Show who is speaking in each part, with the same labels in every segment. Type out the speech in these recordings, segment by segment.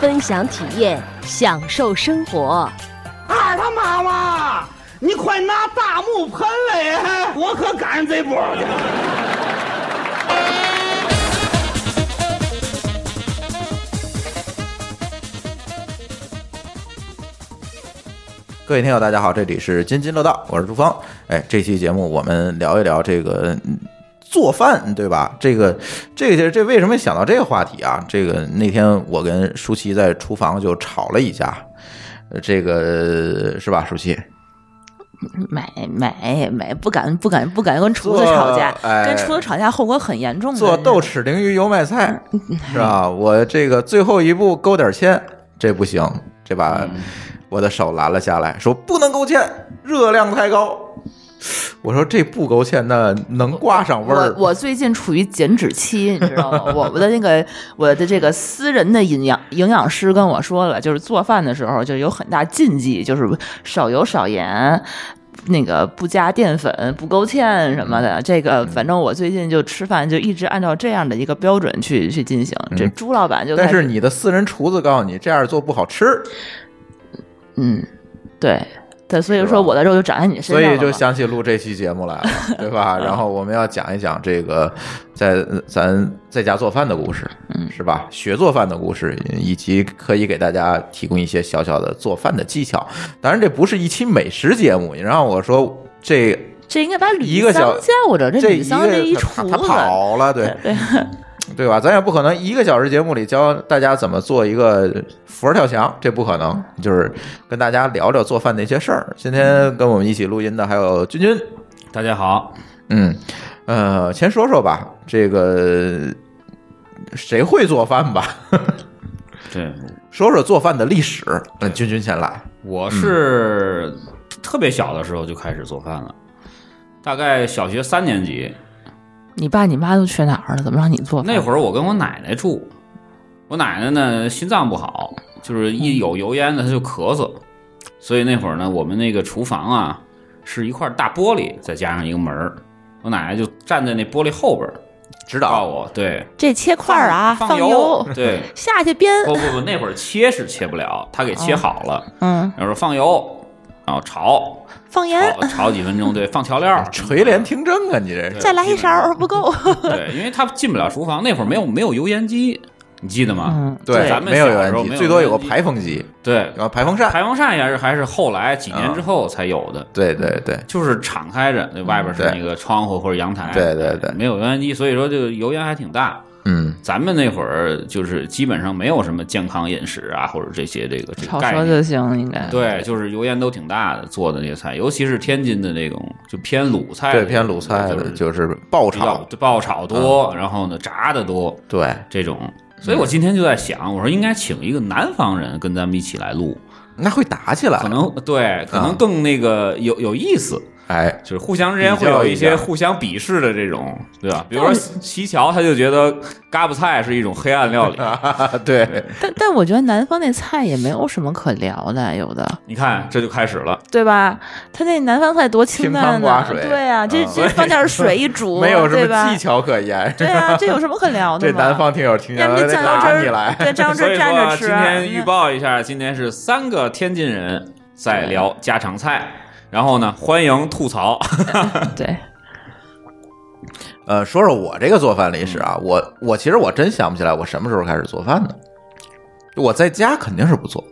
Speaker 1: 分享体验，享受生活。
Speaker 2: 二他妈妈，你快拿大木盆来，我可赶上这波了。
Speaker 3: 各位听友，大家好，这里是津津乐道，我是朱峰。哎，这期节目我们聊一聊这个嗯做饭，对吧？这个，这个，这为什么想到这个话题啊？这个那天我跟舒淇在厨房就吵了一架，呃这个是吧，舒淇？
Speaker 4: 买买买，不敢不敢不敢跟厨子吵架
Speaker 3: 做哎，
Speaker 4: 跟厨子吵架后果很严重的。
Speaker 3: 做豆豉鲮鱼油麦菜是吧？我这个最后一步勾点芡，这不行，这把我的手拦了下来，说不能勾芡，热量太高。我说这不勾芡，那能挂上味儿
Speaker 4: 我我最近处于减脂期，你知道吗？我的那个我的这个私人的营养营养师跟我说了，就是做饭的时候就有很大禁忌，就是少油少盐。那个不加淀粉、不勾芡什么
Speaker 3: 嗯
Speaker 4: 的，这个反正我最近就吃饭就一直按照这样的一个标准去去进行。这
Speaker 3: 嗯
Speaker 4: 朱老板就
Speaker 3: 但
Speaker 4: 开始
Speaker 3: 是你的私人厨子告诉你这样做不好吃，
Speaker 4: 嗯，对对，所以
Speaker 3: 是吧
Speaker 4: 说我的肉就长在你身
Speaker 3: 所
Speaker 4: 上了嗯
Speaker 3: 以
Speaker 4: 嘛
Speaker 3: 就想起录这期节目来了， 对吧？然后我们要讲一讲这个在呃咱在家做饭的故事，
Speaker 4: 嗯
Speaker 3: 是吧？学做饭的故事，以及可以给大家提供一些小小的做饭的技巧。当然，这不是一期美食节目，你让我说这
Speaker 4: 这应该把
Speaker 3: 一
Speaker 4: 吕
Speaker 3: 个小
Speaker 4: 桑叫着，这
Speaker 3: 一
Speaker 4: 吕
Speaker 3: 个
Speaker 4: 桑这一
Speaker 3: 他
Speaker 4: 厨
Speaker 3: 他
Speaker 4: 子，
Speaker 3: 跑了，对
Speaker 4: 对，
Speaker 3: 对吧？咱也不可能一个小时节目里教大家怎么做一个佛跳墙，这不可能。就是跟大家聊聊做饭的一些事儿。今天跟我们一起录音的还有君君，
Speaker 5: 大家好，
Speaker 3: 嗯，呃，先说说吧，这个谁会做饭吧？
Speaker 5: 对，
Speaker 3: 说说做饭的历史。那君君先来，
Speaker 5: 我是特别小的时候就开始做饭了，大概小学三年级
Speaker 4: 你爸你妈都去哪儿了？怎么让你做饭？
Speaker 5: 那会儿，我跟我奶奶住，我奶奶呢心脏不好，就是一有油烟的她就咳嗽，所以那会儿呢，我们那个厨房啊是一块大玻璃，再加上一个门儿，我奶奶就站在那玻璃后边儿
Speaker 3: 指
Speaker 5: 告
Speaker 3: 导
Speaker 5: 我，对，
Speaker 4: 这切块儿啊，
Speaker 5: 放哦
Speaker 4: 放油，
Speaker 5: 对，
Speaker 4: 下去煸。
Speaker 5: 不不不，那会儿切是切不了，他给切好了，
Speaker 4: 嗯，
Speaker 5: 然后说放油，然后炒。
Speaker 4: 放盐，
Speaker 5: 炒炒几分钟，对，放调料，
Speaker 3: 垂帘听政啊，你这是
Speaker 5: 对
Speaker 4: 再来一勺
Speaker 5: 嗯
Speaker 4: 儿不够。
Speaker 5: 对，因为他进不了厨房，那会儿没有没有油烟机，你记得吗？
Speaker 4: 嗯，
Speaker 5: 对咱们
Speaker 3: 没有
Speaker 5: 小
Speaker 3: 油
Speaker 5: 时候
Speaker 3: 烟
Speaker 5: 没
Speaker 3: 机，
Speaker 5: 有
Speaker 3: 最多
Speaker 5: 油
Speaker 3: 有个
Speaker 5: 烟机
Speaker 3: 排风机，
Speaker 5: 对，
Speaker 3: 然后嗯排风扇。
Speaker 5: 排风扇也是还是后来几年之后才有的，
Speaker 3: 对对对，
Speaker 5: 就是敞开着，那外边是
Speaker 3: 对
Speaker 5: 那个窗户或者阳台，
Speaker 3: 对对对
Speaker 5: 没有油烟机，所以说这个油烟还挺大。
Speaker 3: 嗯，
Speaker 5: 咱们那会儿就是基本上没有什么健康饮食啊，或者这些这个这个
Speaker 4: 炒
Speaker 5: 概
Speaker 4: 熟
Speaker 5: 念。
Speaker 4: 就行，应该。
Speaker 5: 对，就是油烟都挺大的，做的那些菜，尤其是天津的那种，就偏鲁菜的
Speaker 3: 对，
Speaker 5: 那种，
Speaker 3: 偏鲁菜的
Speaker 5: 哎就是
Speaker 3: 就是爆
Speaker 5: 比较
Speaker 3: 炒，嗯
Speaker 5: 爆炒多，然后呢炸的多，
Speaker 3: 对，
Speaker 5: 这种。所以我今天就在想，我说应该请一个南方人跟咱们一起来录，
Speaker 3: 那会打起来
Speaker 5: 可，能对，可
Speaker 3: 啊
Speaker 5: 能更那个有有意思，
Speaker 3: 哎，
Speaker 5: 就是互相之间
Speaker 3: 比
Speaker 5: 会
Speaker 3: 较
Speaker 5: 有
Speaker 3: 一
Speaker 5: 一
Speaker 3: 下
Speaker 5: 些互相鄙视的这种，对吧？比如说西桥，他就觉得嘎巴菜是一种黑暗料理，
Speaker 3: 啊 对，
Speaker 4: 但但我觉得南方那菜也没有什么可聊的，有的，
Speaker 5: 你看这就开始了，
Speaker 4: 对吧？他那南方菜多清淡
Speaker 3: 清汤
Speaker 4: 呢
Speaker 3: 寡，水
Speaker 4: 对啊，这
Speaker 3: 嗯
Speaker 4: 这 放点水一煮，
Speaker 3: 没有什
Speaker 4: 对
Speaker 3: 么
Speaker 4: 吧
Speaker 3: 技？巧可言。
Speaker 4: 对啊，这有什么可聊 的
Speaker 3: 这
Speaker 4: 吗？
Speaker 3: 南方听友听见
Speaker 4: 要不
Speaker 3: 了
Speaker 4: 就
Speaker 3: 得
Speaker 4: 酱油汁
Speaker 3: 打
Speaker 4: 儿
Speaker 3: 你来，
Speaker 4: 对，酱油汁
Speaker 5: 所
Speaker 4: 儿
Speaker 5: 以
Speaker 4: 蘸
Speaker 5: 说啊
Speaker 4: 着
Speaker 5: 今
Speaker 4: 吃。啊
Speaker 5: 天预
Speaker 4: 那
Speaker 5: 报一下，今天是三个天津人在聊家常菜，然后呢，欢迎吐槽，
Speaker 4: 对，
Speaker 3: 呃，说说我这个做饭历史啊，
Speaker 4: 嗯
Speaker 3: 我我其实我真想不起来我什么时候开始做饭的。我在家肯定是不做，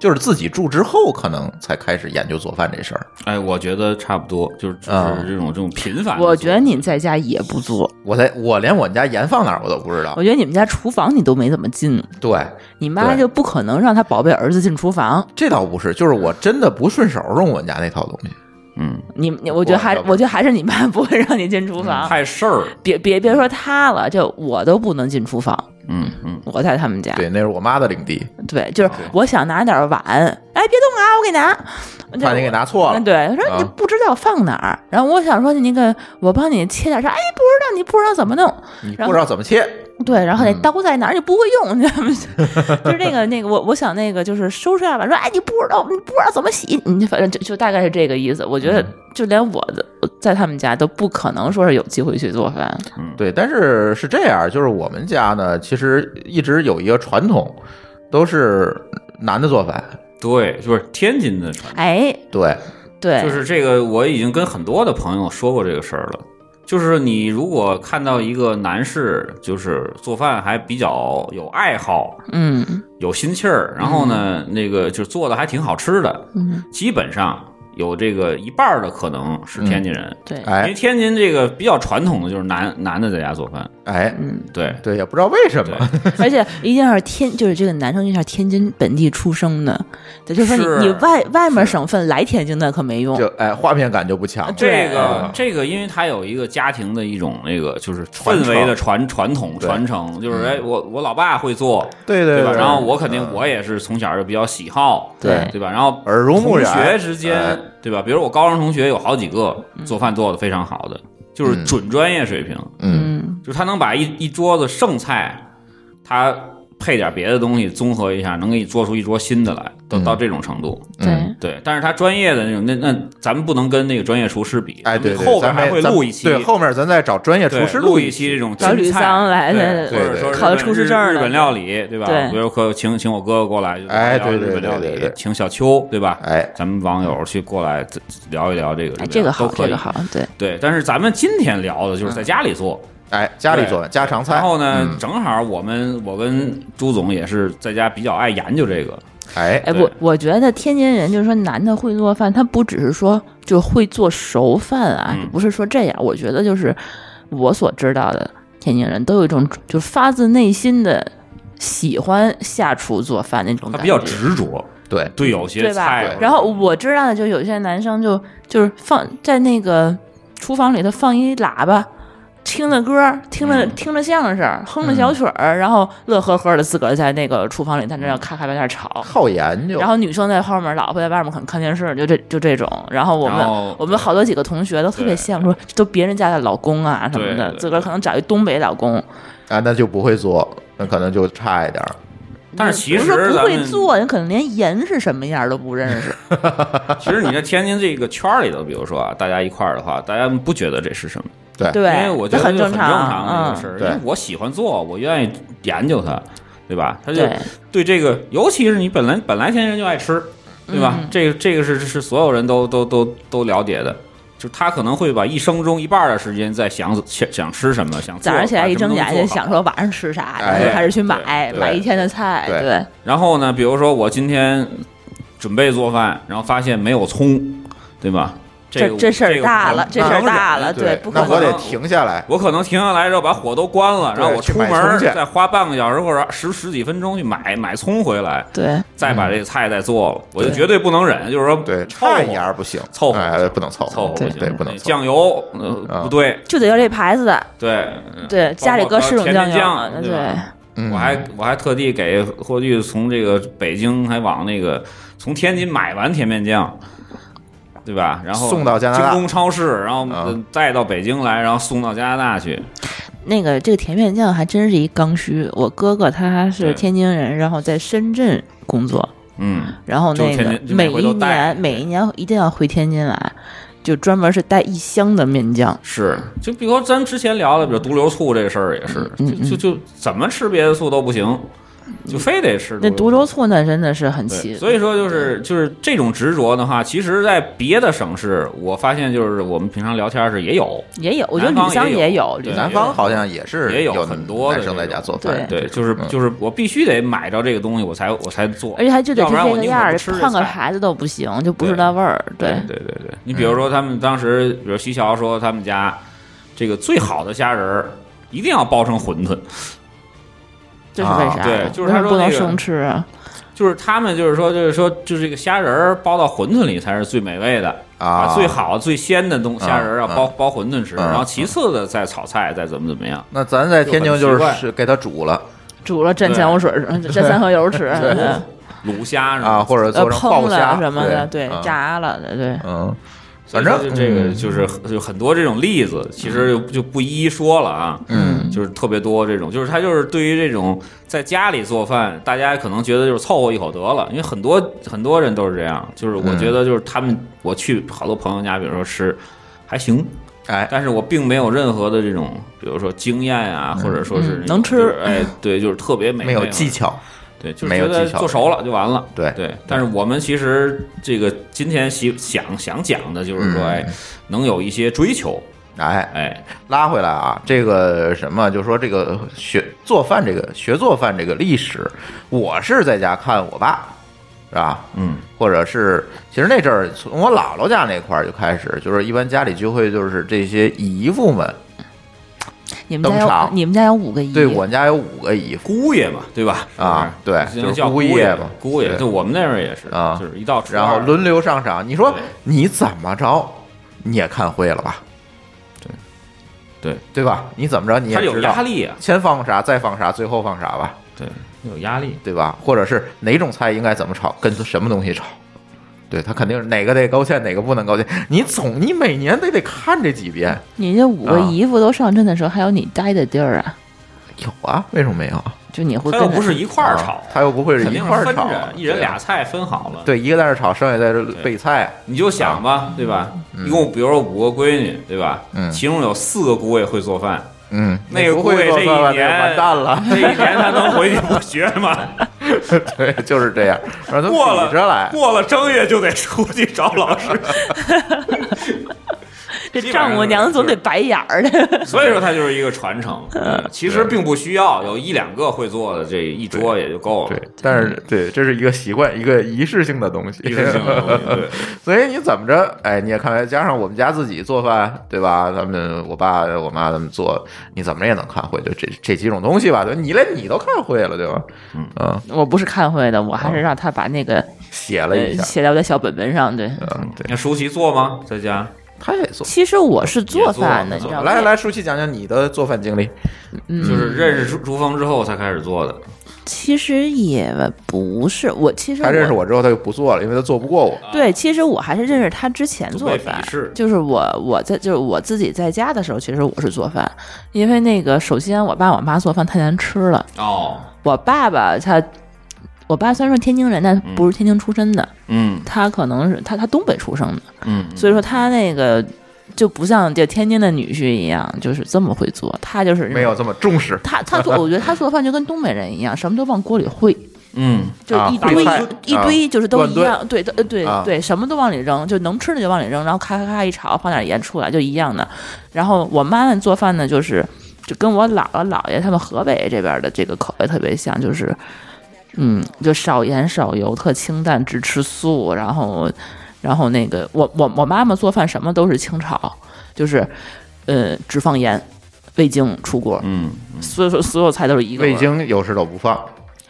Speaker 3: 就是自己住之后可能才开始研究做饭这事儿。
Speaker 5: 哎，我觉得差不多，就是就
Speaker 3: 啊
Speaker 5: 是这种这种频繁的做，
Speaker 4: 我觉得你在家也不做，
Speaker 3: 我在我连我们家盐放哪儿我都不知道
Speaker 4: 我。觉得你们家厨房你都没怎么进，
Speaker 3: 对，
Speaker 4: 你妈
Speaker 3: 对
Speaker 4: 就不可能让她宝贝儿子进厨房。
Speaker 3: 这倒不是，就是我真的不顺手用我们家那套东西。
Speaker 5: 嗯，
Speaker 4: 你你，我觉得还
Speaker 3: 要，不嗯
Speaker 4: 我觉得还是你妈不会让你进厨房。
Speaker 5: 太事儿了。
Speaker 4: 别别别说她了，这我都不能进厨房。
Speaker 5: 嗯嗯，
Speaker 4: 我在他们家，
Speaker 3: 对，那是我妈的领地，
Speaker 4: 对，就是我想拿点碗，哎，别动啊，我给拿。嗯
Speaker 3: 怕你给拿错了。
Speaker 4: 对，他说你
Speaker 3: 啊
Speaker 4: 不知道放哪儿，然后我想说你那个我帮你切点啥，哎，不知道你不知道怎么弄，
Speaker 3: 你
Speaker 4: 然
Speaker 3: 不知道怎么切，
Speaker 4: 对，然后
Speaker 5: 嗯
Speaker 4: 那刀在哪儿你不会用，你 知道吗？就是那个那个，我我想那个就是收拾下碗说，哎，你不知道你不知道怎么洗，你反正就就大概是这个意思。我觉得
Speaker 5: 嗯
Speaker 4: 就连我的我在他们家都不可能说是有机会去做饭，
Speaker 5: 嗯
Speaker 3: 对，但是是这样，就是我们家呢，其实一直有一个传统，都是男的做饭。
Speaker 5: 对，就是天津的传统。
Speaker 4: 哎，
Speaker 3: 对，
Speaker 4: 对，
Speaker 5: 就是这个，我已经跟很多的朋友说过这个事儿了。就是你如果看到一个男士，就是做饭还比较有爱好、
Speaker 4: 嗯
Speaker 5: 有心气儿，然后呢，那个就是做的还挺好吃的，
Speaker 4: 嗯，
Speaker 5: 基本上有这个一半儿的可能是天津人，
Speaker 4: 对，
Speaker 5: 因为
Speaker 3: 哎
Speaker 5: 天津这个比较传统的就是男男的在家做饭，
Speaker 3: 哎，
Speaker 4: 嗯，
Speaker 5: 对，
Speaker 3: 对，也不知道为什么，
Speaker 4: 而且一定要是天，就是这个男生一定要是天津本地出生的，对，就是说
Speaker 5: 是
Speaker 4: 你你外外面
Speaker 5: 是
Speaker 4: 省份来天津的可没用，
Speaker 3: 就哎，画面感就不强。
Speaker 5: 这
Speaker 3: 啊
Speaker 4: 哎
Speaker 5: 个这个，因为它有一个家庭的一种那个就是
Speaker 3: 传
Speaker 5: 氛围
Speaker 3: 承
Speaker 5: 的传传统
Speaker 3: 对
Speaker 5: 传承，
Speaker 4: 嗯
Speaker 5: 就是哎，我我老爸会做，
Speaker 3: 对
Speaker 5: 对吧？
Speaker 3: 对，
Speaker 5: 然后我肯定我也是从小就比较喜好，
Speaker 4: 对
Speaker 5: 对吧？然后
Speaker 3: 耳濡目染
Speaker 5: 同学之间
Speaker 3: 哎，
Speaker 5: 对吧？比如我高中同学有好几个
Speaker 4: 嗯
Speaker 5: 做饭做的非常好的，就是
Speaker 3: 嗯
Speaker 5: 准专业水平，
Speaker 3: 嗯，
Speaker 4: 嗯，
Speaker 5: 就是他能把一一桌子剩菜，他配点别的东西综合一下，能给你做出一桌新的来，到
Speaker 3: 嗯
Speaker 5: 到这种程度。
Speaker 4: 对
Speaker 3: 嗯，
Speaker 5: 对，但是他专业的那种，那那咱们不能跟那个专业厨师比，
Speaker 3: 哎，对，
Speaker 5: 咱
Speaker 3: 对
Speaker 5: 们后边
Speaker 3: 咱们
Speaker 5: 还会
Speaker 3: 咱们
Speaker 5: 录一期，
Speaker 3: 对，后面咱再找专业
Speaker 5: 对
Speaker 3: 厨师
Speaker 5: 录
Speaker 3: 一
Speaker 5: 期这种
Speaker 4: 找吕
Speaker 5: 新菜
Speaker 4: 桑来
Speaker 5: 对，
Speaker 4: 的
Speaker 5: 或者说
Speaker 4: 考
Speaker 5: 日
Speaker 4: 出
Speaker 5: 本
Speaker 4: 师证儿
Speaker 5: 日
Speaker 4: 的
Speaker 5: 本料理，对吧？
Speaker 4: 对
Speaker 5: 比如可请请我哥哥过来，就
Speaker 3: 哎
Speaker 5: 聊聊
Speaker 3: 对对
Speaker 5: 日本料
Speaker 3: 对对
Speaker 5: 理
Speaker 3: 对，
Speaker 5: 请小秋，对吧？
Speaker 3: 哎，
Speaker 5: 咱们网友去过来这这聊一聊这个日本料
Speaker 4: 哎，
Speaker 5: 理，
Speaker 4: 这个
Speaker 5: 都
Speaker 4: 好，
Speaker 5: 可
Speaker 4: 这
Speaker 5: 以
Speaker 4: 个。好，对，
Speaker 5: 对，但是咱们今天聊的就是在家里做，
Speaker 3: 哎，家里做饭家常菜，
Speaker 5: 然后呢，
Speaker 3: 嗯
Speaker 5: 正好我们我跟朱总也是在家比较爱研究这个，
Speaker 3: 哎，
Speaker 4: 哎，
Speaker 5: 对
Speaker 4: 我我觉得天津人就是说男的会做饭，他不只是说就会做熟饭啊，
Speaker 5: 嗯
Speaker 4: 不是说这样。我觉得就是我所知道的天津人都有一种就是发自内心的喜欢下厨做饭那种
Speaker 5: 他
Speaker 4: 感觉，
Speaker 5: 比较执着，
Speaker 3: 对，
Speaker 5: 对有些
Speaker 4: 对吧
Speaker 5: 菜或者，？
Speaker 4: 然后我知道的就有些男生就就是放在那个厨房里头放一喇叭。听着歌，听着、
Speaker 5: 嗯
Speaker 4: 听着相声，哼着小曲儿，然后乐呵呵的自个儿在那个厨房里，在那儿咔咔在那 儿炒，
Speaker 3: 好研究
Speaker 4: 然，后女生在后面，老婆在外面可能看电视，就这就这种。然后我们
Speaker 5: 然后
Speaker 4: 我们好多几个同学都特别羡慕，说这都别人家的老公啊什么
Speaker 5: 对
Speaker 4: 的，
Speaker 5: 对
Speaker 4: 自个儿可能找一东北老公，
Speaker 3: 啊，那就不会做，那可能就差一点儿。
Speaker 5: 但是其
Speaker 4: 不
Speaker 5: 实
Speaker 4: 是说不
Speaker 5: 咱
Speaker 4: 会
Speaker 5: 们
Speaker 4: 做，人可能连盐是什么样都不 认识。
Speaker 5: 其实你在天津这个圈儿里头，比如说啊，大家一块儿的话，大家不觉得这是什么。
Speaker 3: 对，
Speaker 4: 对，
Speaker 5: 因为我觉
Speaker 4: 这
Speaker 5: 得
Speaker 4: 很
Speaker 5: 这
Speaker 4: 正
Speaker 5: 很正常的一个事
Speaker 4: 嗯。
Speaker 5: 儿，因
Speaker 3: 对
Speaker 5: 为我喜欢做，我愿意研究它，对吧？他就
Speaker 4: 对
Speaker 5: 对这个，尤其是你本来本来天津人就爱吃，对吧？
Speaker 4: 嗯
Speaker 5: 这个这个是是所有人都都都都了解的。就是他可能会把一生中一半的时间在想想想吃什么，想做
Speaker 4: 早上起来一睁眼
Speaker 5: 把
Speaker 4: 就，
Speaker 5: 什么东西
Speaker 4: 想
Speaker 5: 做好
Speaker 4: 说晚上吃啥，然
Speaker 3: 哎
Speaker 4: 后就开始去买
Speaker 5: 对
Speaker 3: 对
Speaker 4: 买一天的菜，
Speaker 3: 对
Speaker 4: 对
Speaker 5: 然后呢，比如说我今天准备做饭，然后发现没有葱，对吧？
Speaker 4: 这
Speaker 5: 个
Speaker 4: 这事儿
Speaker 5: 个
Speaker 4: 大
Speaker 5: 我
Speaker 4: 了，这
Speaker 5: 不
Speaker 4: 事儿
Speaker 5: 能
Speaker 4: 大
Speaker 5: 忍
Speaker 4: 了，啊对，不可
Speaker 3: 那我
Speaker 4: 能
Speaker 3: 得。停下来。
Speaker 5: 我可能停下来之后把火都关了，
Speaker 3: 对
Speaker 5: 然后我出门
Speaker 3: 去买
Speaker 5: 儿
Speaker 3: 葱去
Speaker 5: 再花半个小时或者十十几分钟去买买葱回来，
Speaker 4: 对，
Speaker 5: 再把这个菜再做了，我就绝对不能忍，就是说
Speaker 3: 嗯对，
Speaker 5: 凑合
Speaker 3: 差一牙不行，
Speaker 5: 凑合
Speaker 3: 哎，不能凑合，
Speaker 5: 凑合
Speaker 3: 对
Speaker 5: 不行，
Speaker 3: 不能凑合。
Speaker 5: 酱油呃
Speaker 3: 啊
Speaker 5: 不对
Speaker 4: 就得要这牌子的，
Speaker 5: 对
Speaker 4: 对，家里
Speaker 5: 包
Speaker 4: 搁
Speaker 5: 括
Speaker 4: 十种
Speaker 5: 甜
Speaker 4: 酱
Speaker 5: 面
Speaker 4: 油，啊
Speaker 5: 酱对
Speaker 4: 对
Speaker 5: 吧。
Speaker 3: 嗯
Speaker 5: 我还我还特地给霍炬从这个北京还往那个从天津买完甜面酱，对吧？然后
Speaker 3: 送到加拿大
Speaker 5: 京东超市，然后呃
Speaker 3: 啊
Speaker 5: 再到北京来，然后送到加拿大去。
Speaker 4: 那个这个甜面酱还真是一刚需。我哥哥他
Speaker 5: 对
Speaker 4: 是天津人，然后在深圳工作，
Speaker 5: 嗯，
Speaker 4: 然后
Speaker 5: 就是
Speaker 4: 那
Speaker 5: 天
Speaker 4: 个
Speaker 5: 津就
Speaker 4: 每
Speaker 5: 每回
Speaker 4: 一
Speaker 5: 都带
Speaker 4: 年每一年一定要回天津来，就专门是带一箱的面酱。
Speaker 5: 是，就比如说咱们之前聊的，比如毒瘤醋这事儿也是，
Speaker 3: 嗯
Speaker 5: 就就就怎么吃别的醋都不行，就非得吃
Speaker 4: 那
Speaker 5: 毒
Speaker 4: 独
Speaker 5: 瘤
Speaker 4: 州醋那真的是很
Speaker 5: 对
Speaker 4: 奇，
Speaker 5: 所以说就是就是这种执着的话，其实，在别的省市，我发现就是我们平常聊天是也有，
Speaker 4: 也有，我觉得
Speaker 5: 南
Speaker 4: 吕
Speaker 5: 方
Speaker 4: 桑
Speaker 5: 也有
Speaker 4: 也有，
Speaker 5: 对
Speaker 4: 吕
Speaker 3: 南
Speaker 4: 桑
Speaker 3: 方好像也是
Speaker 5: 也有
Speaker 3: 有
Speaker 5: 很多的
Speaker 3: 男生在家做饭，
Speaker 4: 对
Speaker 5: 对，就是
Speaker 3: 嗯
Speaker 5: 就是我必须得买着这个东西，我才我才做，
Speaker 4: 而且还就得
Speaker 5: 要
Speaker 4: 是
Speaker 5: 不然
Speaker 4: 这
Speaker 5: 我
Speaker 4: 个
Speaker 5: 宁
Speaker 4: 样
Speaker 5: 可
Speaker 4: 儿
Speaker 5: 不，吃这
Speaker 4: 换个
Speaker 5: 菜
Speaker 4: 牌子都不行，就不
Speaker 5: 对
Speaker 4: 知道味儿。对，
Speaker 5: 对对对，你比如说他
Speaker 3: 嗯
Speaker 5: 们当时，比如西樵说他们家这个最好的虾仁儿一定要包成馄饨，
Speaker 4: 这是为
Speaker 3: 啊
Speaker 4: 啥呀？
Speaker 5: 对就是
Speaker 4: 为
Speaker 5: 他
Speaker 4: 什么
Speaker 5: 说
Speaker 4: 不能
Speaker 5: 那个
Speaker 4: 生吃啊。
Speaker 5: 就是他们就是说就是说就是这个虾仁儿包到馄饨里才是最美味的
Speaker 3: 啊，
Speaker 5: 最好最鲜的东虾仁儿要
Speaker 3: 啊
Speaker 5: 包包馄饨吃，
Speaker 3: 啊
Speaker 5: 然后其次的再炒菜，再怎么怎么样。
Speaker 3: 那咱在天津
Speaker 5: 就
Speaker 3: 就
Speaker 5: 很奇怪
Speaker 3: 是是给他煮了，
Speaker 4: 煮了蘸酱 油水儿，蘸三合油吃，嗯
Speaker 5: 卤虾是吧
Speaker 3: 啊，或者
Speaker 4: 呃
Speaker 3: 做成
Speaker 4: 烹
Speaker 3: 爆虾
Speaker 4: 了什么的，对，
Speaker 5: 啊
Speaker 3: 嗯
Speaker 4: 炸了的，对，
Speaker 3: 嗯，
Speaker 5: 所以
Speaker 3: 反
Speaker 5: 说
Speaker 3: 正嗯
Speaker 5: 就这个就是就很多这种例子，其实就就不一一说了啊。
Speaker 3: 嗯，
Speaker 5: 就是特别多这种，就是他就是对于这种在家里做饭，大家可能觉得就是凑合一口得了，因为很多很多人都是这样。就是我
Speaker 3: 嗯
Speaker 5: 觉得就是他们，我去好多朋友家，比如说吃，还行，
Speaker 3: 哎，
Speaker 5: 但是我并没有任何的这种，比如说经验啊，或者说是
Speaker 4: 嗯
Speaker 5: 那种
Speaker 4: 能吃
Speaker 5: 就是哎，对，就是特别美
Speaker 3: 没有技，巧，
Speaker 5: 对，就是
Speaker 3: 没
Speaker 5: 觉
Speaker 3: 有
Speaker 5: 得
Speaker 3: 技巧
Speaker 5: 做熟了就完了。
Speaker 3: 对
Speaker 5: 对，但是我们其实这个今天想想想讲的就是说，
Speaker 3: 嗯
Speaker 5: 哎，能有一些追求，
Speaker 3: 哎，
Speaker 5: 哎，
Speaker 3: 拉回来啊，这个什么，就说这个学做饭，这个学做饭这个历史，我是在家看我爸，是吧？
Speaker 5: 嗯，
Speaker 3: 或者是其实那阵儿从我姥姥家那块儿就开始，就是一般家里聚会就是这些姨父们，
Speaker 4: 你们家
Speaker 3: 登场
Speaker 4: 有你们家有五个姨，
Speaker 3: 对我们家有五个姨父
Speaker 5: 姑爷嘛，对吧？
Speaker 3: 啊
Speaker 5: 是不
Speaker 3: 对
Speaker 5: 是
Speaker 3: 就是
Speaker 5: 叫
Speaker 3: 姑
Speaker 5: 姑
Speaker 3: 爷
Speaker 5: 爷
Speaker 3: 嘛
Speaker 5: 姑爷，
Speaker 3: 对
Speaker 5: 就我们那边也是
Speaker 3: 啊
Speaker 5: 就是一到初二
Speaker 3: 然后轮流上场。你说
Speaker 5: 对
Speaker 3: 你怎么着，你也看会了吧？
Speaker 5: 对
Speaker 3: 对吧？你怎么着你也
Speaker 5: 他有
Speaker 3: 知道
Speaker 5: 压，力啊，
Speaker 3: 先放啥，再放啥，最后放啥吧，
Speaker 5: 对，有压力，
Speaker 3: 对吧？或者是哪种菜应该怎么炒，跟什么东西炒。对他肯定是哪个得勾芡，哪个不能勾芡。你总你每年得得看这几遍，
Speaker 4: 你这五个
Speaker 3: 啊
Speaker 4: 姨夫都上阵的时候，还有你待的地儿啊，
Speaker 3: 有啊？为什么没有啊？
Speaker 4: 就你会
Speaker 5: 他
Speaker 4: 跟
Speaker 5: 又
Speaker 4: 着
Speaker 5: 不是一块儿炒
Speaker 3: 啊，他又不会是
Speaker 5: 肯
Speaker 3: 一
Speaker 5: 定
Speaker 3: 块
Speaker 5: 是
Speaker 3: 儿
Speaker 5: 分
Speaker 3: 炒啊
Speaker 5: 着，，一人俩菜分好了，，
Speaker 3: 对，一个在这炒，剩下在这备菜，
Speaker 5: 你就想吧，对吧？一共比如说五个闺女，对吧？
Speaker 3: 嗯
Speaker 5: 其中有四个姑爷会做饭，
Speaker 3: 嗯，
Speaker 5: 那个
Speaker 3: 不
Speaker 5: 姑
Speaker 3: 会
Speaker 5: 爷
Speaker 3: 做
Speaker 5: 这一
Speaker 3: 饭了，那
Speaker 5: 年
Speaker 3: 就完蛋了，
Speaker 5: 这一年他能回去补学吗？
Speaker 3: 对，就是 这样，让他
Speaker 5: 过了
Speaker 3: 比着来，
Speaker 5: 过了正月就得出去找老师，
Speaker 4: 这
Speaker 5: 基本上
Speaker 4: 丈母娘总得白眼儿 的，
Speaker 5: 所以说它就是一个传承。其实并不需要有一两个会做的这一桌也就够了。
Speaker 3: 对，但是对，这是一个习惯，一个仪式性的东西，
Speaker 5: 一致性的 东西对
Speaker 3: 所以你怎么着，哎，你也看，加上我们家自己做饭，对吧？咱们我爸我妈他们做，你怎么着也能看会，就这这几种东西吧，对吧，你连你都看会了，对吧？嗯
Speaker 4: 我不是看会的，我还是让他把那个
Speaker 3: 写了
Speaker 4: 呃
Speaker 3: 一下，
Speaker 4: 写在我的小本本上，对。
Speaker 3: 嗯，对，
Speaker 5: 那舒淇做吗？在家
Speaker 3: 他也做。
Speaker 4: 其实我是做饭
Speaker 5: 也
Speaker 4: 的，你
Speaker 5: 做
Speaker 4: 知道吗？
Speaker 3: 来来，舒淇讲讲你的做饭经历。
Speaker 5: 就是认识朱朱峰之后才开始做的，
Speaker 4: 其实也不是我，其实
Speaker 3: 他认识
Speaker 4: 我，
Speaker 3: 我之后，他就不做了，因为他做不过我。
Speaker 4: 对，其实我还是认识他之前做
Speaker 5: 被
Speaker 4: 饭
Speaker 5: 鄙，视。
Speaker 4: 就是我我在就是我自己在家的时候，其实我是做饭，因为那个首先我爸我妈做饭太难吃了，
Speaker 5: 哦，
Speaker 4: 我爸爸他。我爸虽然说天津人，但不是天津出身的，
Speaker 5: 嗯
Speaker 4: 他可能是他他东北出生的，
Speaker 5: 嗯，
Speaker 4: 所以说他那个就不像就天津的女婿一样，就是这么会做。他就是那种
Speaker 3: 没有这么重视。
Speaker 4: 他他做，我觉得他做饭就跟东北人一样，什么都往锅里烩，
Speaker 5: 嗯，
Speaker 4: 就
Speaker 3: 啊
Speaker 4: 一堆、
Speaker 3: 烩
Speaker 4: 一堆就是都一样，对对对、
Speaker 3: 啊
Speaker 4: 对，什么都往里扔，就能吃的就往里扔，然后咔咔咔一炒，放点盐出来就一样的。然后我妈妈做饭呢，就是就跟我姥姥姥爷他们河北这边的这个口味特别像，就是嗯，就少盐少油，特清淡，只吃素，然后然后那个我我我妈妈做饭什么都是清炒，就是呃只放盐。味精出锅，
Speaker 5: 嗯
Speaker 4: 所有所有菜都是一个味
Speaker 3: 味
Speaker 4: 儿
Speaker 3: 精有时都不放，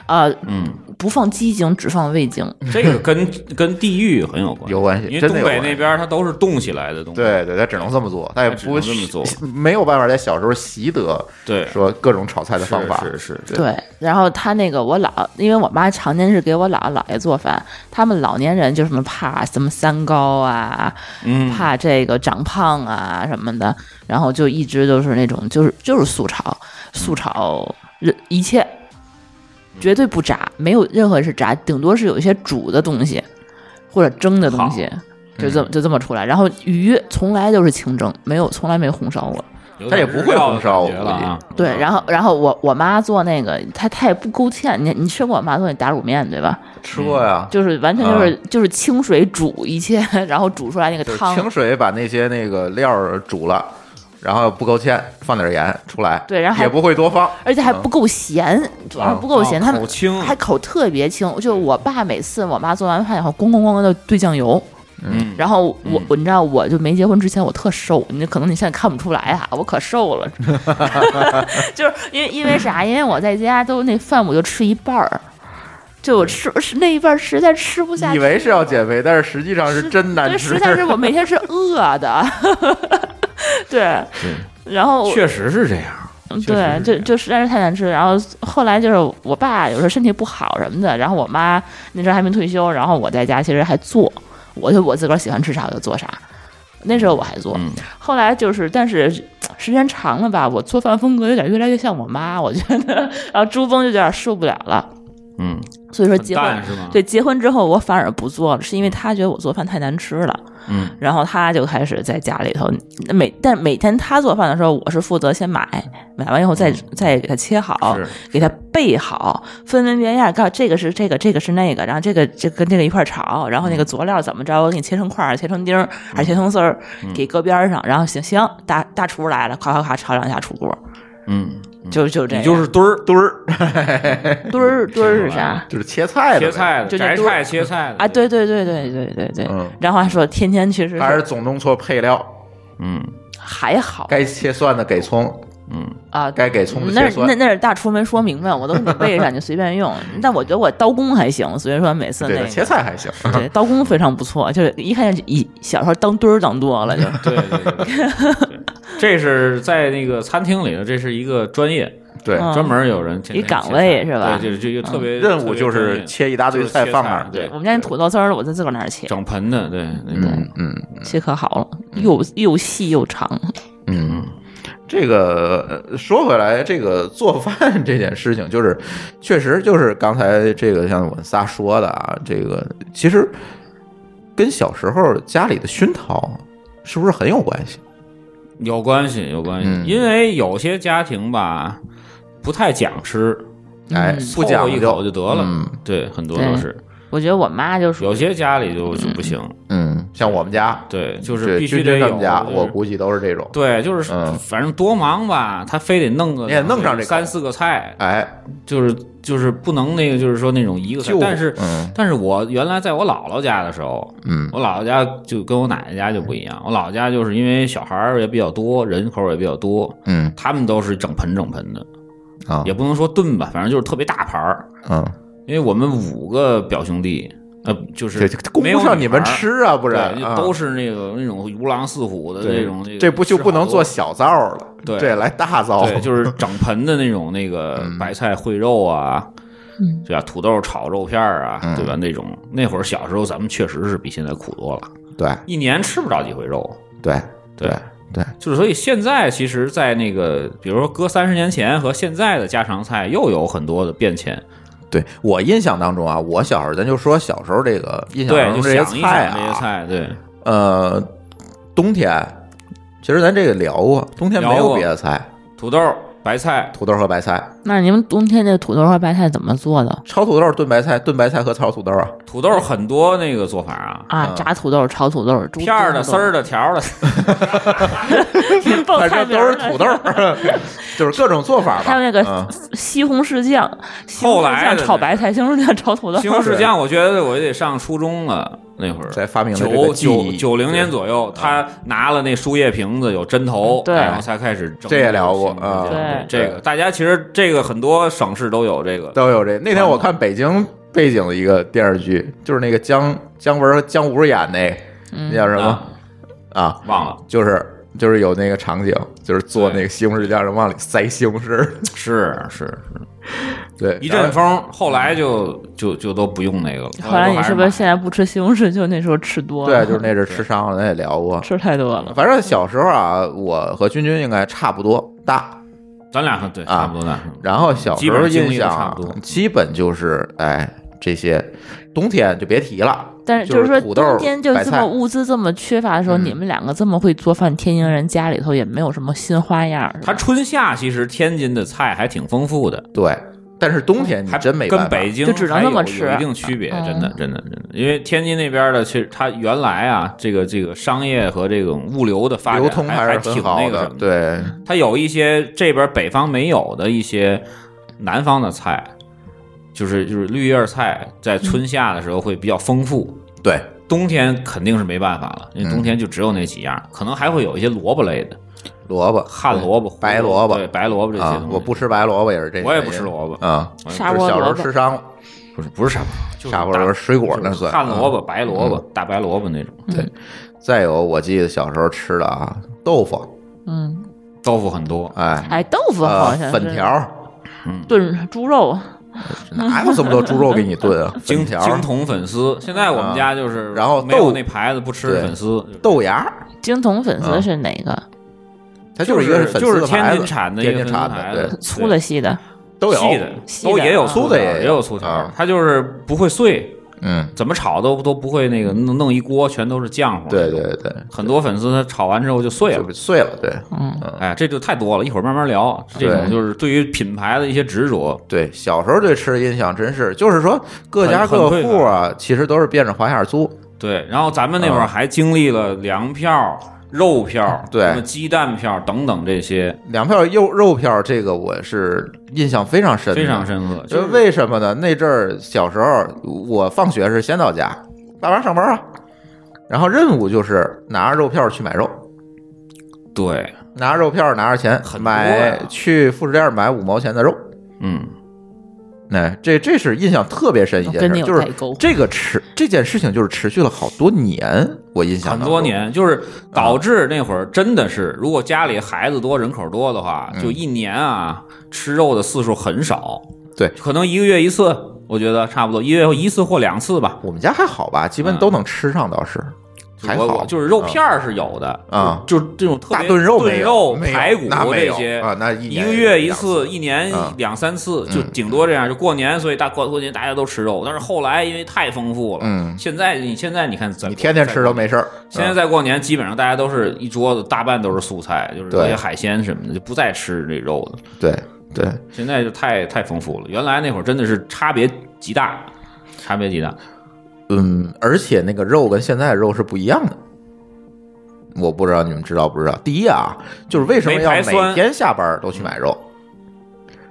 Speaker 4: 啊、
Speaker 5: 嗯，
Speaker 4: 不放鸡精，只放味精。
Speaker 5: 这个跟跟地域很有关系，
Speaker 3: 有关系
Speaker 5: 因为
Speaker 3: 真
Speaker 5: 东
Speaker 3: 的有
Speaker 5: 北
Speaker 3: 关系
Speaker 5: 那边它都是冻起来的东西，
Speaker 3: 对对，他只能这么做，他也
Speaker 5: 嗯他只能
Speaker 3: 不
Speaker 5: 这么做
Speaker 3: 没有办法在小时候习得
Speaker 5: 对，
Speaker 3: 说各种炒菜的方法。
Speaker 5: 是是是，
Speaker 4: 对，然后他那个我姥，因为我妈常年是给我姥姥姥爷做饭，他们老年人就什么怕什么三高啊，
Speaker 5: 嗯，
Speaker 4: 怕这个长胖啊什么的，然后就一直都是那种就是就是素炒，素炒任一切，绝对不炸，没有任何是炸，顶多是有一些煮的东西或者蒸的东西，就这么就这么出来。然后鱼从来都是清蒸，没有从来没红烧过。
Speaker 5: 有点
Speaker 3: 它也不会红烧
Speaker 5: 日料的感觉了啊，
Speaker 4: 对，然后然后我我妈做那个，她她也不勾芡，你你吃过我妈做那打卤面对吧？
Speaker 3: 吃过呀，
Speaker 4: 就是完全就是、就是清水煮一切， 然后煮出来那个
Speaker 3: 就是
Speaker 4: 汤，
Speaker 3: 清水把那些那个料儿煮了，然后不勾芡，放点盐出来，
Speaker 4: 对然后还
Speaker 3: 也不会多放。
Speaker 4: 而且还不够咸，主
Speaker 3: 啊
Speaker 4: 要是不够咸，
Speaker 5: 哦
Speaker 4: 他
Speaker 5: 口
Speaker 4: 们
Speaker 5: 轻
Speaker 4: 还口特别轻。就
Speaker 3: 嗯
Speaker 4: 我爸每次我妈做完饭以后，咣咣咣的兑酱油。
Speaker 5: 嗯
Speaker 4: 然后我我你知道我就没结婚之前我特瘦，你可能你现在看不出来啊，我可瘦了， 就是因为因为啥？因为我在家都那饭我就吃一半儿，就我吃是那一半儿实在吃不下去，
Speaker 3: 以为是要减肥，但是实际上是真难
Speaker 4: 对，
Speaker 3: 吃
Speaker 4: 实。在是我每天是饿的，对，然后嗯
Speaker 5: 确实是这样，
Speaker 3: 确实
Speaker 4: 对
Speaker 3: 是，这
Speaker 4: 就
Speaker 3: 样
Speaker 4: 就实在是太难吃。然后后来就是我爸有时候身体不好什么的，然后我妈那时候还没退休，然后我在家其实还做，我就我自个儿喜欢吃啥我就做啥。那时候我还做，
Speaker 5: 嗯
Speaker 4: 后来就是，但是时间长了吧，我做饭风格有点越来越像我妈，我觉得，然后珠峰就有点受不了了。
Speaker 5: 嗯，
Speaker 4: 所以说
Speaker 5: 很
Speaker 4: 结婚
Speaker 5: 淡是吗？
Speaker 4: 对，结婚之后我反而不做了，是因为他觉得我做饭太难吃了，
Speaker 5: 嗯，
Speaker 4: 然后他就开始在家里头每但每天他做饭的时候，我是负责先买，买完以后再、再给他切好，
Speaker 5: 嗯是
Speaker 4: 给它备好，分门别样，告诉这个是这个，这个是那个，然后这个这跟这个一块儿炒，然后
Speaker 5: 嗯
Speaker 4: 那个佐料怎么着，我给你切成块儿，切成丁儿，还是切成丝儿，
Speaker 5: 嗯
Speaker 4: 给搁边儿上，然后行行，大大厨来了，咔咔咔炒两下出锅，
Speaker 5: 嗯，
Speaker 4: 就就这
Speaker 5: 你
Speaker 4: 样，
Speaker 5: 就是墩儿
Speaker 3: 墩儿
Speaker 4: 墩儿墩儿是
Speaker 5: 听出来
Speaker 4: 啥
Speaker 5: 了？
Speaker 3: 就是切菜的呗，
Speaker 5: 切菜的，
Speaker 4: 就
Speaker 5: 摘
Speaker 4: 那墩儿
Speaker 5: 菜切菜的
Speaker 4: 啊，对，对对对对对对，
Speaker 3: 嗯
Speaker 4: 然后还说天天其实
Speaker 3: 还是总弄错配料，
Speaker 5: 嗯
Speaker 4: 还好
Speaker 3: 该切蒜的给葱，
Speaker 5: 嗯，
Speaker 4: 啊，
Speaker 3: 该给葱的
Speaker 4: 那
Speaker 3: 切
Speaker 4: 是那
Speaker 3: 蒜。
Speaker 4: 那是大厨没说明白，我都给你备上，你随便用。但我觉得我刀工还行，所以说每次
Speaker 3: 对
Speaker 4: 那
Speaker 3: 的，
Speaker 4: 个
Speaker 3: 切菜还行。
Speaker 4: 对，刀工非常不错，就是一看就一小时候当墩儿当多了就。
Speaker 5: 对对对对， 对这是在那个餐厅里头，这是一个专业，
Speaker 3: 对，
Speaker 4: 嗯
Speaker 5: 专门有人天天
Speaker 4: 一岗
Speaker 5: 切菜
Speaker 4: 位是吧嗯
Speaker 5: 对，就是就就特别
Speaker 3: 任务就是切一大堆菜放那儿。
Speaker 5: 对
Speaker 4: 我们家那土豆丝儿，我在自个儿那儿切，
Speaker 5: 整盆的，对，那种
Speaker 3: 嗯嗯
Speaker 4: 切可好了，又又细又长。
Speaker 3: 嗯，这个呃说回来，这个做饭这件事情，就是确实就是刚才这个像我们仨说的啊，这个其实跟小时候家里的熏陶是不是很有关系？
Speaker 5: 有关系，有关系，
Speaker 3: 嗯
Speaker 5: 因为有些家庭吧不太讲吃，
Speaker 3: 哎，
Speaker 5: 嗯
Speaker 3: 不
Speaker 5: 凑合
Speaker 3: 讲
Speaker 5: 一口就
Speaker 3: 究
Speaker 5: 得了，
Speaker 3: 嗯
Speaker 5: 对，很多都是，
Speaker 4: 我觉得我妈就
Speaker 5: 有
Speaker 4: 是
Speaker 5: 些家里就就不行，
Speaker 3: 嗯，像我们家，
Speaker 5: 对，就
Speaker 3: 就是
Speaker 5: 必须得
Speaker 3: 军他
Speaker 5: 有
Speaker 3: 们，家，
Speaker 5: 就是
Speaker 3: 我估计都是这种。
Speaker 5: 对，就是、
Speaker 3: 嗯
Speaker 5: 反正多忙吧，他非得弄个
Speaker 3: 也弄上这口
Speaker 5: 三四个菜，
Speaker 3: 哎，
Speaker 5: 就是就是不能那个，就是说那种一个菜
Speaker 3: 就，
Speaker 5: 但是、
Speaker 3: 嗯
Speaker 5: 但是我原来在我姥姥家的时候，
Speaker 3: 嗯
Speaker 5: 我姥姥家就跟我奶奶家就不一样，我姥姥家就是因为小孩儿也比较多，人口也比较多，
Speaker 3: 嗯
Speaker 5: 他们都是整盆整盆的，
Speaker 3: 啊
Speaker 5: 也不能说炖吧，反正就是特别大盘儿，
Speaker 3: 嗯，
Speaker 5: 因为我们五个表兄弟。呃，就是
Speaker 3: 这这供
Speaker 5: 没有
Speaker 3: 不上
Speaker 5: 女
Speaker 3: 你们
Speaker 5: 孩儿
Speaker 3: 吃啊，不然
Speaker 5: 对
Speaker 3: 啊
Speaker 5: 都是那个那种如狼似虎的
Speaker 3: 对
Speaker 5: 那种，那个
Speaker 3: 这不就
Speaker 5: 吃好
Speaker 3: 不能
Speaker 5: 多
Speaker 3: 做小灶了？
Speaker 5: 对
Speaker 3: 这来大灶，
Speaker 5: 对， 就是整盆的那种那个
Speaker 3: 嗯
Speaker 5: 白菜烩肉啊，
Speaker 4: 嗯
Speaker 5: 对吧？土豆炒肉片儿啊，
Speaker 3: 嗯
Speaker 5: 对吧？那种那会儿小时候咱们确实是比现在苦多了，
Speaker 3: 对
Speaker 5: 一年吃不着几回肉。
Speaker 3: 对
Speaker 5: 对，
Speaker 3: 对，
Speaker 5: 就是所以现在其实，在那个比如说搁三十年前和现在的家常菜又有很多的变迁，
Speaker 3: 对我印象当中啊，我小时候咱就说小时候这个印象
Speaker 5: 对，
Speaker 3: 当
Speaker 5: 就
Speaker 3: 中
Speaker 5: 想
Speaker 3: 些
Speaker 5: 一
Speaker 3: 菜
Speaker 5: 想这些
Speaker 3: 啊，
Speaker 5: 菜，对，
Speaker 3: 呃，冬天其实咱这个聊过，冬天没
Speaker 5: 聊
Speaker 3: 有
Speaker 5: 过
Speaker 3: 别的菜，
Speaker 5: 土豆、白菜，
Speaker 3: 土豆和白菜，
Speaker 4: 那你们冬天这土豆和白菜怎么做的
Speaker 3: 炒土豆、炖白菜、炖白菜和炒土豆啊，
Speaker 5: 土豆很多那个做法啊，
Speaker 4: 啊？炸土豆、炒土豆、猪
Speaker 5: 片儿的、丝儿，的、条儿的，
Speaker 4: 猪豆
Speaker 3: 反正都是土豆， 就是各种做法吧。
Speaker 4: 还有那个
Speaker 3: 嗯
Speaker 4: 西红柿酱，西红
Speaker 5: 后来
Speaker 4: 柿酱
Speaker 5: 的
Speaker 4: 炒
Speaker 5: 那
Speaker 4: 白菜，西红柿酱炒土豆，
Speaker 5: 西红柿酱，我觉得我也得上初中了那会儿，
Speaker 3: 才发明了这个
Speaker 5: 九
Speaker 3: 技艺
Speaker 5: 九九零年左
Speaker 3: 啊
Speaker 5: 右，他拿了那输液瓶子有针头，
Speaker 4: 嗯对
Speaker 5: 然后才开始整
Speaker 3: 这也聊过啊
Speaker 4: 对
Speaker 5: 这个
Speaker 3: 对
Speaker 5: 大家其实这个很多省市都有这个，
Speaker 3: 都有这。那天我
Speaker 5: 啊
Speaker 3: 看北京背景的一个电视剧，就是那个姜姜文和姜武演那，
Speaker 4: 嗯
Speaker 3: 那叫什么
Speaker 5: 啊
Speaker 3: 啊？
Speaker 5: 忘了
Speaker 3: 就是就是有那个场景，就是做那个西红柿酱，然后往里塞西红柿，
Speaker 5: 是是
Speaker 3: 对，
Speaker 5: 一
Speaker 3: 然
Speaker 5: 阵
Speaker 3: 后
Speaker 5: 风，后来就就就都不用那个了。
Speaker 4: 后来你是不是
Speaker 5: 现
Speaker 4: 现在不吃西红柿？就那时候吃多了，
Speaker 5: 啊
Speaker 3: 对，就是那阵儿嗯吃伤了，咱也聊过。
Speaker 4: 吃太多了。
Speaker 3: 反正小时候啊，我和君君应该差不多大，
Speaker 5: 咱俩很对
Speaker 3: 啊
Speaker 5: 差不多大，
Speaker 3: 然后小时候印
Speaker 5: 基本经历都差
Speaker 3: 象
Speaker 5: 不多
Speaker 3: 基本就是哎这些，冬天就别提了。
Speaker 4: 但是
Speaker 3: 就是
Speaker 4: 说，
Speaker 3: 土豆
Speaker 4: 冬天就
Speaker 3: 白
Speaker 4: 这
Speaker 3: 菜
Speaker 4: 么物资这么缺乏的时候，
Speaker 3: 嗯
Speaker 4: 你们两个这么会做饭，天津人家里头也没有什么新花样。是吧
Speaker 5: 它春夏其实天津的菜还挺丰富的，
Speaker 3: 对，但是冬天你
Speaker 5: 还
Speaker 3: 嗯真没办
Speaker 5: 跟
Speaker 3: 法。
Speaker 5: 北京
Speaker 4: 就只能
Speaker 5: 还
Speaker 4: 那么
Speaker 5: 有
Speaker 4: 吃
Speaker 5: 有一定区别，
Speaker 4: 嗯
Speaker 5: 真的真的真的，因为天津那边的其实它原来啊，这个这个商业和这种物流的发展
Speaker 3: 流通
Speaker 5: 还
Speaker 3: 是
Speaker 5: 挺
Speaker 3: 很好
Speaker 5: 那个
Speaker 3: 的
Speaker 5: 什，么，嗯
Speaker 3: 对，
Speaker 5: 它有一些这边北方没有的一些南方的菜，就是就是绿叶菜，在春夏的时候会比较丰富。
Speaker 3: 对，
Speaker 5: 冬天肯定是没办法了，因
Speaker 3: 嗯
Speaker 5: 为冬天就只有那几样，可能还会有一些萝卜类的，
Speaker 3: 萝卜、
Speaker 5: 旱萝卜、胡
Speaker 3: 白萝卜
Speaker 5: 对白萝卜这些
Speaker 3: 啊
Speaker 5: 东，西。
Speaker 3: 我不吃白萝卜也是这原因，
Speaker 5: 我也不吃萝卜
Speaker 3: 啊，
Speaker 5: 我也不吃
Speaker 3: 就是
Speaker 4: 砂锅
Speaker 3: 小时
Speaker 4: 萝
Speaker 3: 候
Speaker 4: 卜
Speaker 3: 吃伤了，
Speaker 5: 不是不是沙锅，就是
Speaker 3: 沙锅
Speaker 5: 大
Speaker 3: 是水果那
Speaker 5: 就是
Speaker 3: 算啊嗯
Speaker 5: 旱萝卜、白萝卜、大白萝卜那种。
Speaker 3: 再有，我记得小时候吃的啊，豆腐，
Speaker 4: 嗯，
Speaker 5: 豆腐很多，
Speaker 3: 哎，
Speaker 4: 哎，豆腐好
Speaker 3: 呃，
Speaker 4: 像是
Speaker 3: 粉条儿
Speaker 4: 炖猪肉，
Speaker 3: 哪有这么多猪肉给你炖 啊？
Speaker 5: 京
Speaker 3: 粉条
Speaker 5: 京
Speaker 3: 儿、啊
Speaker 5: 筒粉丝。现在我们家就是，
Speaker 3: 然后
Speaker 5: 没有
Speaker 3: 豆
Speaker 5: 那牌子不吃
Speaker 3: 对
Speaker 5: 粉丝，
Speaker 3: 豆芽儿，
Speaker 4: 京筒粉丝
Speaker 3: 嗯
Speaker 4: 是哪个？
Speaker 3: 它
Speaker 5: 就是
Speaker 3: 一个粉
Speaker 5: 就
Speaker 3: 丝
Speaker 5: 是
Speaker 3: 的
Speaker 5: 天
Speaker 3: 牌
Speaker 5: 津
Speaker 3: 子，
Speaker 5: 产的一
Speaker 3: 天
Speaker 5: 个
Speaker 3: 津
Speaker 5: 粉丝
Speaker 3: 产
Speaker 5: 牌
Speaker 3: 的，
Speaker 5: 子，
Speaker 3: 对，
Speaker 4: 粗的细的，
Speaker 3: 都有，
Speaker 5: 细的
Speaker 4: 细的
Speaker 5: 都也有
Speaker 4: 啊
Speaker 3: 粗的
Speaker 5: 条
Speaker 3: 也有
Speaker 5: 也有粗条
Speaker 3: 啊
Speaker 5: 儿，它就是不会碎，
Speaker 3: 嗯，
Speaker 5: 怎么炒都都不会那个弄弄一锅全都是浆糊。
Speaker 3: 对，对对，
Speaker 5: 很多粉丝他炒完之后就碎了
Speaker 3: 就。碎了，对
Speaker 4: 嗯，
Speaker 5: 哎，这就太多了，一会儿慢慢聊。这种
Speaker 3: 对
Speaker 5: 就是对于品牌的一些执着，
Speaker 3: 对。小时候对吃的印象真是，就是说各家
Speaker 5: 很
Speaker 3: 各
Speaker 5: 很匮乏
Speaker 3: 户啊，其实都是变着花样租，
Speaker 5: 对。然后咱们那会儿还经历了粮票、肉票、
Speaker 3: 啊对
Speaker 5: 什么鸡蛋票等等这些，
Speaker 3: 两票肉肉票，这个我是印象非常深的，
Speaker 5: 非常深刻。
Speaker 3: 就
Speaker 5: 啊就是是
Speaker 3: 为什么呢？那阵儿小时候，我放学是先到家，爸妈上班啊，然后任务就是拿着肉票去买肉，
Speaker 5: 对，
Speaker 3: 拿着肉票拿着钱
Speaker 5: 很多呀
Speaker 3: 买去副食店买五毛钱的肉。
Speaker 5: 嗯，
Speaker 3: 哎，这这是印象特别深一件
Speaker 4: 跟那
Speaker 3: 事，
Speaker 4: 有
Speaker 3: 就是
Speaker 4: 代沟
Speaker 3: 这个持这件事情就是持续了好多年，我印象
Speaker 5: 很
Speaker 3: 当
Speaker 5: 多
Speaker 3: 中，
Speaker 5: 年，
Speaker 3: 嗯
Speaker 5: 就是导致那会儿真的是，如果家里孩子多、人口多的话，
Speaker 3: 嗯
Speaker 5: 就一年啊吃肉的次数很少，
Speaker 3: 对
Speaker 5: 可能一个月一次，我觉得差不多，一个月一次或两次吧。
Speaker 3: 我们家还好吧，基本都能吃上，倒是还
Speaker 5: 我
Speaker 3: 好，
Speaker 5: 我就是肉
Speaker 3: 嗯
Speaker 5: 片儿是有的
Speaker 3: 啊
Speaker 5: 就就这种特别
Speaker 3: 大炖肉没
Speaker 5: 炖
Speaker 3: 有
Speaker 5: 肉、
Speaker 3: 没有
Speaker 5: 排骨
Speaker 3: 那没
Speaker 5: 这
Speaker 3: 有
Speaker 5: 些
Speaker 3: 啊那一
Speaker 5: 一
Speaker 3: 年
Speaker 5: 个月一
Speaker 3: 两次
Speaker 5: 次，一年
Speaker 3: 啊
Speaker 5: 两三次，就
Speaker 3: 嗯
Speaker 5: 顶多这样。就过年，所以大过过年大家都吃肉，但是后来因为太丰富了，
Speaker 3: 嗯
Speaker 5: 现在你现在你看在，
Speaker 3: 你天天吃都没事儿。
Speaker 5: 现在
Speaker 3: 嗯
Speaker 5: 在过年，基本上大家都是一桌子，大半都是素菜，就是
Speaker 3: 对
Speaker 5: 这些海鲜什么的，就不再吃这肉了。
Speaker 3: 对对，
Speaker 5: 现在就太太丰富了，原来那会儿真的是差别极大，差别极大。
Speaker 3: 嗯，而且那个肉跟现在的肉是不一样的。我不知道你们知道不知道？第一啊，就是为什么
Speaker 5: 没
Speaker 3: 要
Speaker 5: 排酸嗯
Speaker 3: 每天下班都去买肉，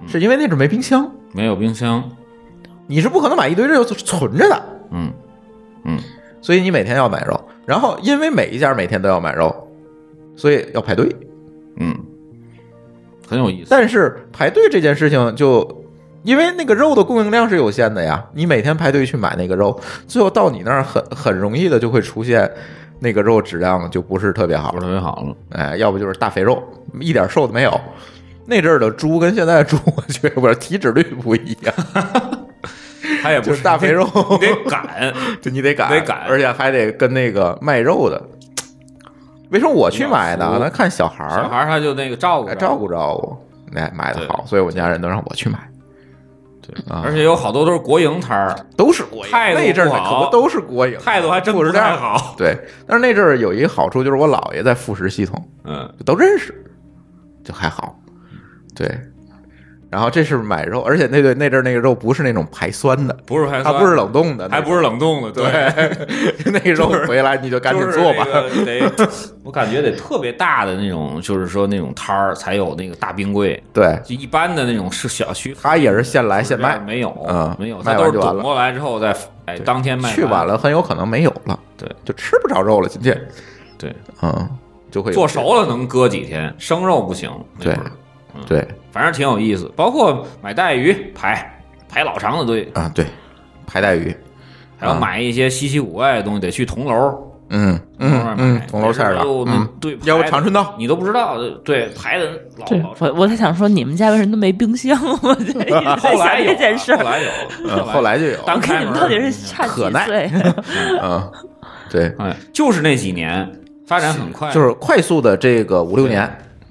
Speaker 3: 是因为那阵儿没冰箱，
Speaker 5: 没有冰箱，
Speaker 3: 你是不可能买一堆肉存着的，
Speaker 5: 嗯嗯，
Speaker 3: 所以你每天要买肉。然后因为每一家每天都要买肉，所以要排队。
Speaker 5: 嗯，很有意思。
Speaker 3: 但是排队这件事情就。因为那个肉的供应量是有限的呀，你每天排队去买那个肉，最后到你那儿很很容易的就会出现那个肉质量就不是特别好
Speaker 5: 不
Speaker 3: 了
Speaker 5: 是。特别 好了，
Speaker 3: 哎，要不就是大肥肉，一点瘦的没有。那阵儿的猪跟现在的猪，我觉得我体脂率不一样，
Speaker 5: 他也不
Speaker 3: 就是大肥肉，
Speaker 5: 你 得赶，
Speaker 3: 就你得赶，
Speaker 5: 得赶
Speaker 3: 而且还得跟那个卖肉的。为什么我去买
Speaker 5: 我
Speaker 3: 呢
Speaker 5: 服？
Speaker 3: 那看小孩儿，
Speaker 5: 小孩儿他就那个照顾
Speaker 3: 哎
Speaker 5: 着
Speaker 3: 照顾照顾，哎，买的好，所以我家人都让我去买，啊
Speaker 5: 而且有好多都是国营摊儿，
Speaker 3: 都是国营，
Speaker 5: 态度
Speaker 3: 那阵儿
Speaker 5: 不
Speaker 3: 可
Speaker 5: 好
Speaker 3: 不都是国营，啊
Speaker 5: 态度还真
Speaker 3: 不
Speaker 5: 不
Speaker 3: 是
Speaker 5: 太。好。
Speaker 3: 对，但是那阵儿有一个好处，就是我姥爷在副食系统，
Speaker 5: 嗯，
Speaker 3: 都认识，就还好。对，然后这是买肉，而且那对那阵儿那个肉不是那种排酸的，
Speaker 5: 不是还
Speaker 3: 它不是冷冻的，
Speaker 5: 还不是冷冻的，对。
Speaker 3: 对， 那个肉回来你就赶紧做吧。
Speaker 5: 就是那个 得，我感觉得特别大的那种，就是说那种摊儿才有那个大冰柜，
Speaker 3: 对，
Speaker 5: 就一般的那种是小区，
Speaker 3: 它也是现来啊现卖，
Speaker 5: 没有，
Speaker 3: 嗯
Speaker 5: 没有，它
Speaker 3: 卖完
Speaker 5: 都是
Speaker 3: 就完
Speaker 5: 懂
Speaker 3: 了
Speaker 5: 过来之后再哎当天卖，
Speaker 3: 去晚，了很有可能没有了，
Speaker 5: 对，
Speaker 3: 就吃不着肉了。今天，
Speaker 5: 对，
Speaker 3: 嗯，就会有
Speaker 5: 做
Speaker 3: 这
Speaker 5: 熟了能搁几天，生肉不行，那
Speaker 3: 对
Speaker 5: 会儿嗯
Speaker 3: 对
Speaker 5: 反正挺有意思，包括买带鱼排排老长的队，
Speaker 3: 啊，对，排带鱼，
Speaker 5: 还有
Speaker 3: 啊
Speaker 5: 买一些稀奇古怪的东西，得去铜楼。
Speaker 3: 嗯
Speaker 5: 铜楼
Speaker 3: 嗯
Speaker 5: 那儿买
Speaker 3: 嗯，铜楼菜
Speaker 5: 哎
Speaker 3: 的
Speaker 5: 呦，那
Speaker 3: 嗯，
Speaker 5: 对，
Speaker 3: 要不
Speaker 5: 排的
Speaker 3: 长春道，
Speaker 5: 你都不知道，对，排的老
Speaker 4: 对
Speaker 5: 老，
Speaker 4: 我我在想说，你们家为什么都没冰箱？ 我 在一直在想
Speaker 5: 后来有
Speaker 4: 这
Speaker 5: 啊，
Speaker 4: 件事
Speaker 5: 后
Speaker 4: 儿，
Speaker 5: 来有，
Speaker 3: 嗯，后来就有，
Speaker 5: 当
Speaker 4: 我看你们到底是差几
Speaker 3: 可耐
Speaker 4: 岁？
Speaker 3: 嗯，对，
Speaker 5: 哎，就是那几年发展很快，
Speaker 3: 就是快速的这个五六年。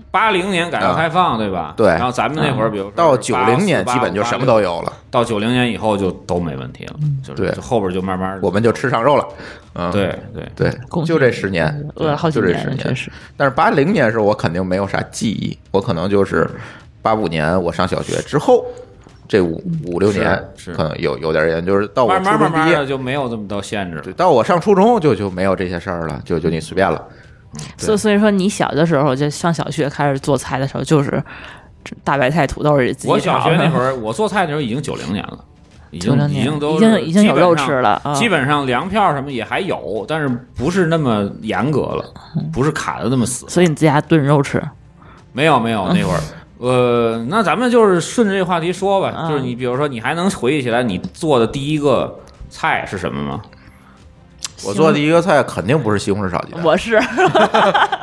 Speaker 5: 八零年改革开放，对吧？
Speaker 3: 啊对嗯
Speaker 5: 然后咱们那会儿，比如说
Speaker 3: 到
Speaker 5: 是
Speaker 3: 九
Speaker 5: 84
Speaker 3: 零年基本就什么，
Speaker 5: 86
Speaker 3: 都有了，
Speaker 5: 到九零年以后就都没问题了，就是
Speaker 3: 对
Speaker 5: 就后边就慢慢
Speaker 3: 我们就吃上肉了。嗯，
Speaker 5: 对对，
Speaker 3: 对
Speaker 4: 恭，喜
Speaker 3: 就这十年，
Speaker 4: 饿了好几
Speaker 3: 就这
Speaker 4: 年
Speaker 3: 十
Speaker 4: 了
Speaker 3: 年
Speaker 4: 真是。
Speaker 3: 但是八零年的时候，我肯定没有啥记忆，我可能就是八五年我上小学之后。这五五六年
Speaker 5: 嗯是
Speaker 3: 可能有有点研究，就是到我
Speaker 5: 慢
Speaker 3: 初
Speaker 5: 慢
Speaker 3: 中
Speaker 5: 慢
Speaker 3: 毕
Speaker 5: 慢的
Speaker 3: 业，
Speaker 5: 就没有这么多限制了
Speaker 3: 对，。到我上初中就就没有这些事儿了，就就你随便了。
Speaker 4: 所以所以说，你小的时候就上小学开始做菜的时候，就是大白菜、土豆儿自己
Speaker 5: 我小学那会
Speaker 4: 儿，
Speaker 5: 儿，我做菜的时候已经九零年了。已经
Speaker 4: 90年
Speaker 5: 已经都
Speaker 4: 已经
Speaker 5: 是
Speaker 4: 已经有
Speaker 5: 基本上
Speaker 4: 肉吃了啊
Speaker 5: 基本上粮票什么也还有，但是不是那么严格了，不是卡的那么死。
Speaker 4: 所以你自己家炖肉吃，
Speaker 5: 没有没
Speaker 4: 啊
Speaker 5: 有，那会儿，呃，那咱们就是顺着这话题说吧，
Speaker 4: 啊
Speaker 5: 就是你比如说，你还能回忆起来你做的第一个菜是什么吗？
Speaker 3: 啊我做第一个菜肯定不是西红柿炒鸡蛋，
Speaker 4: 我是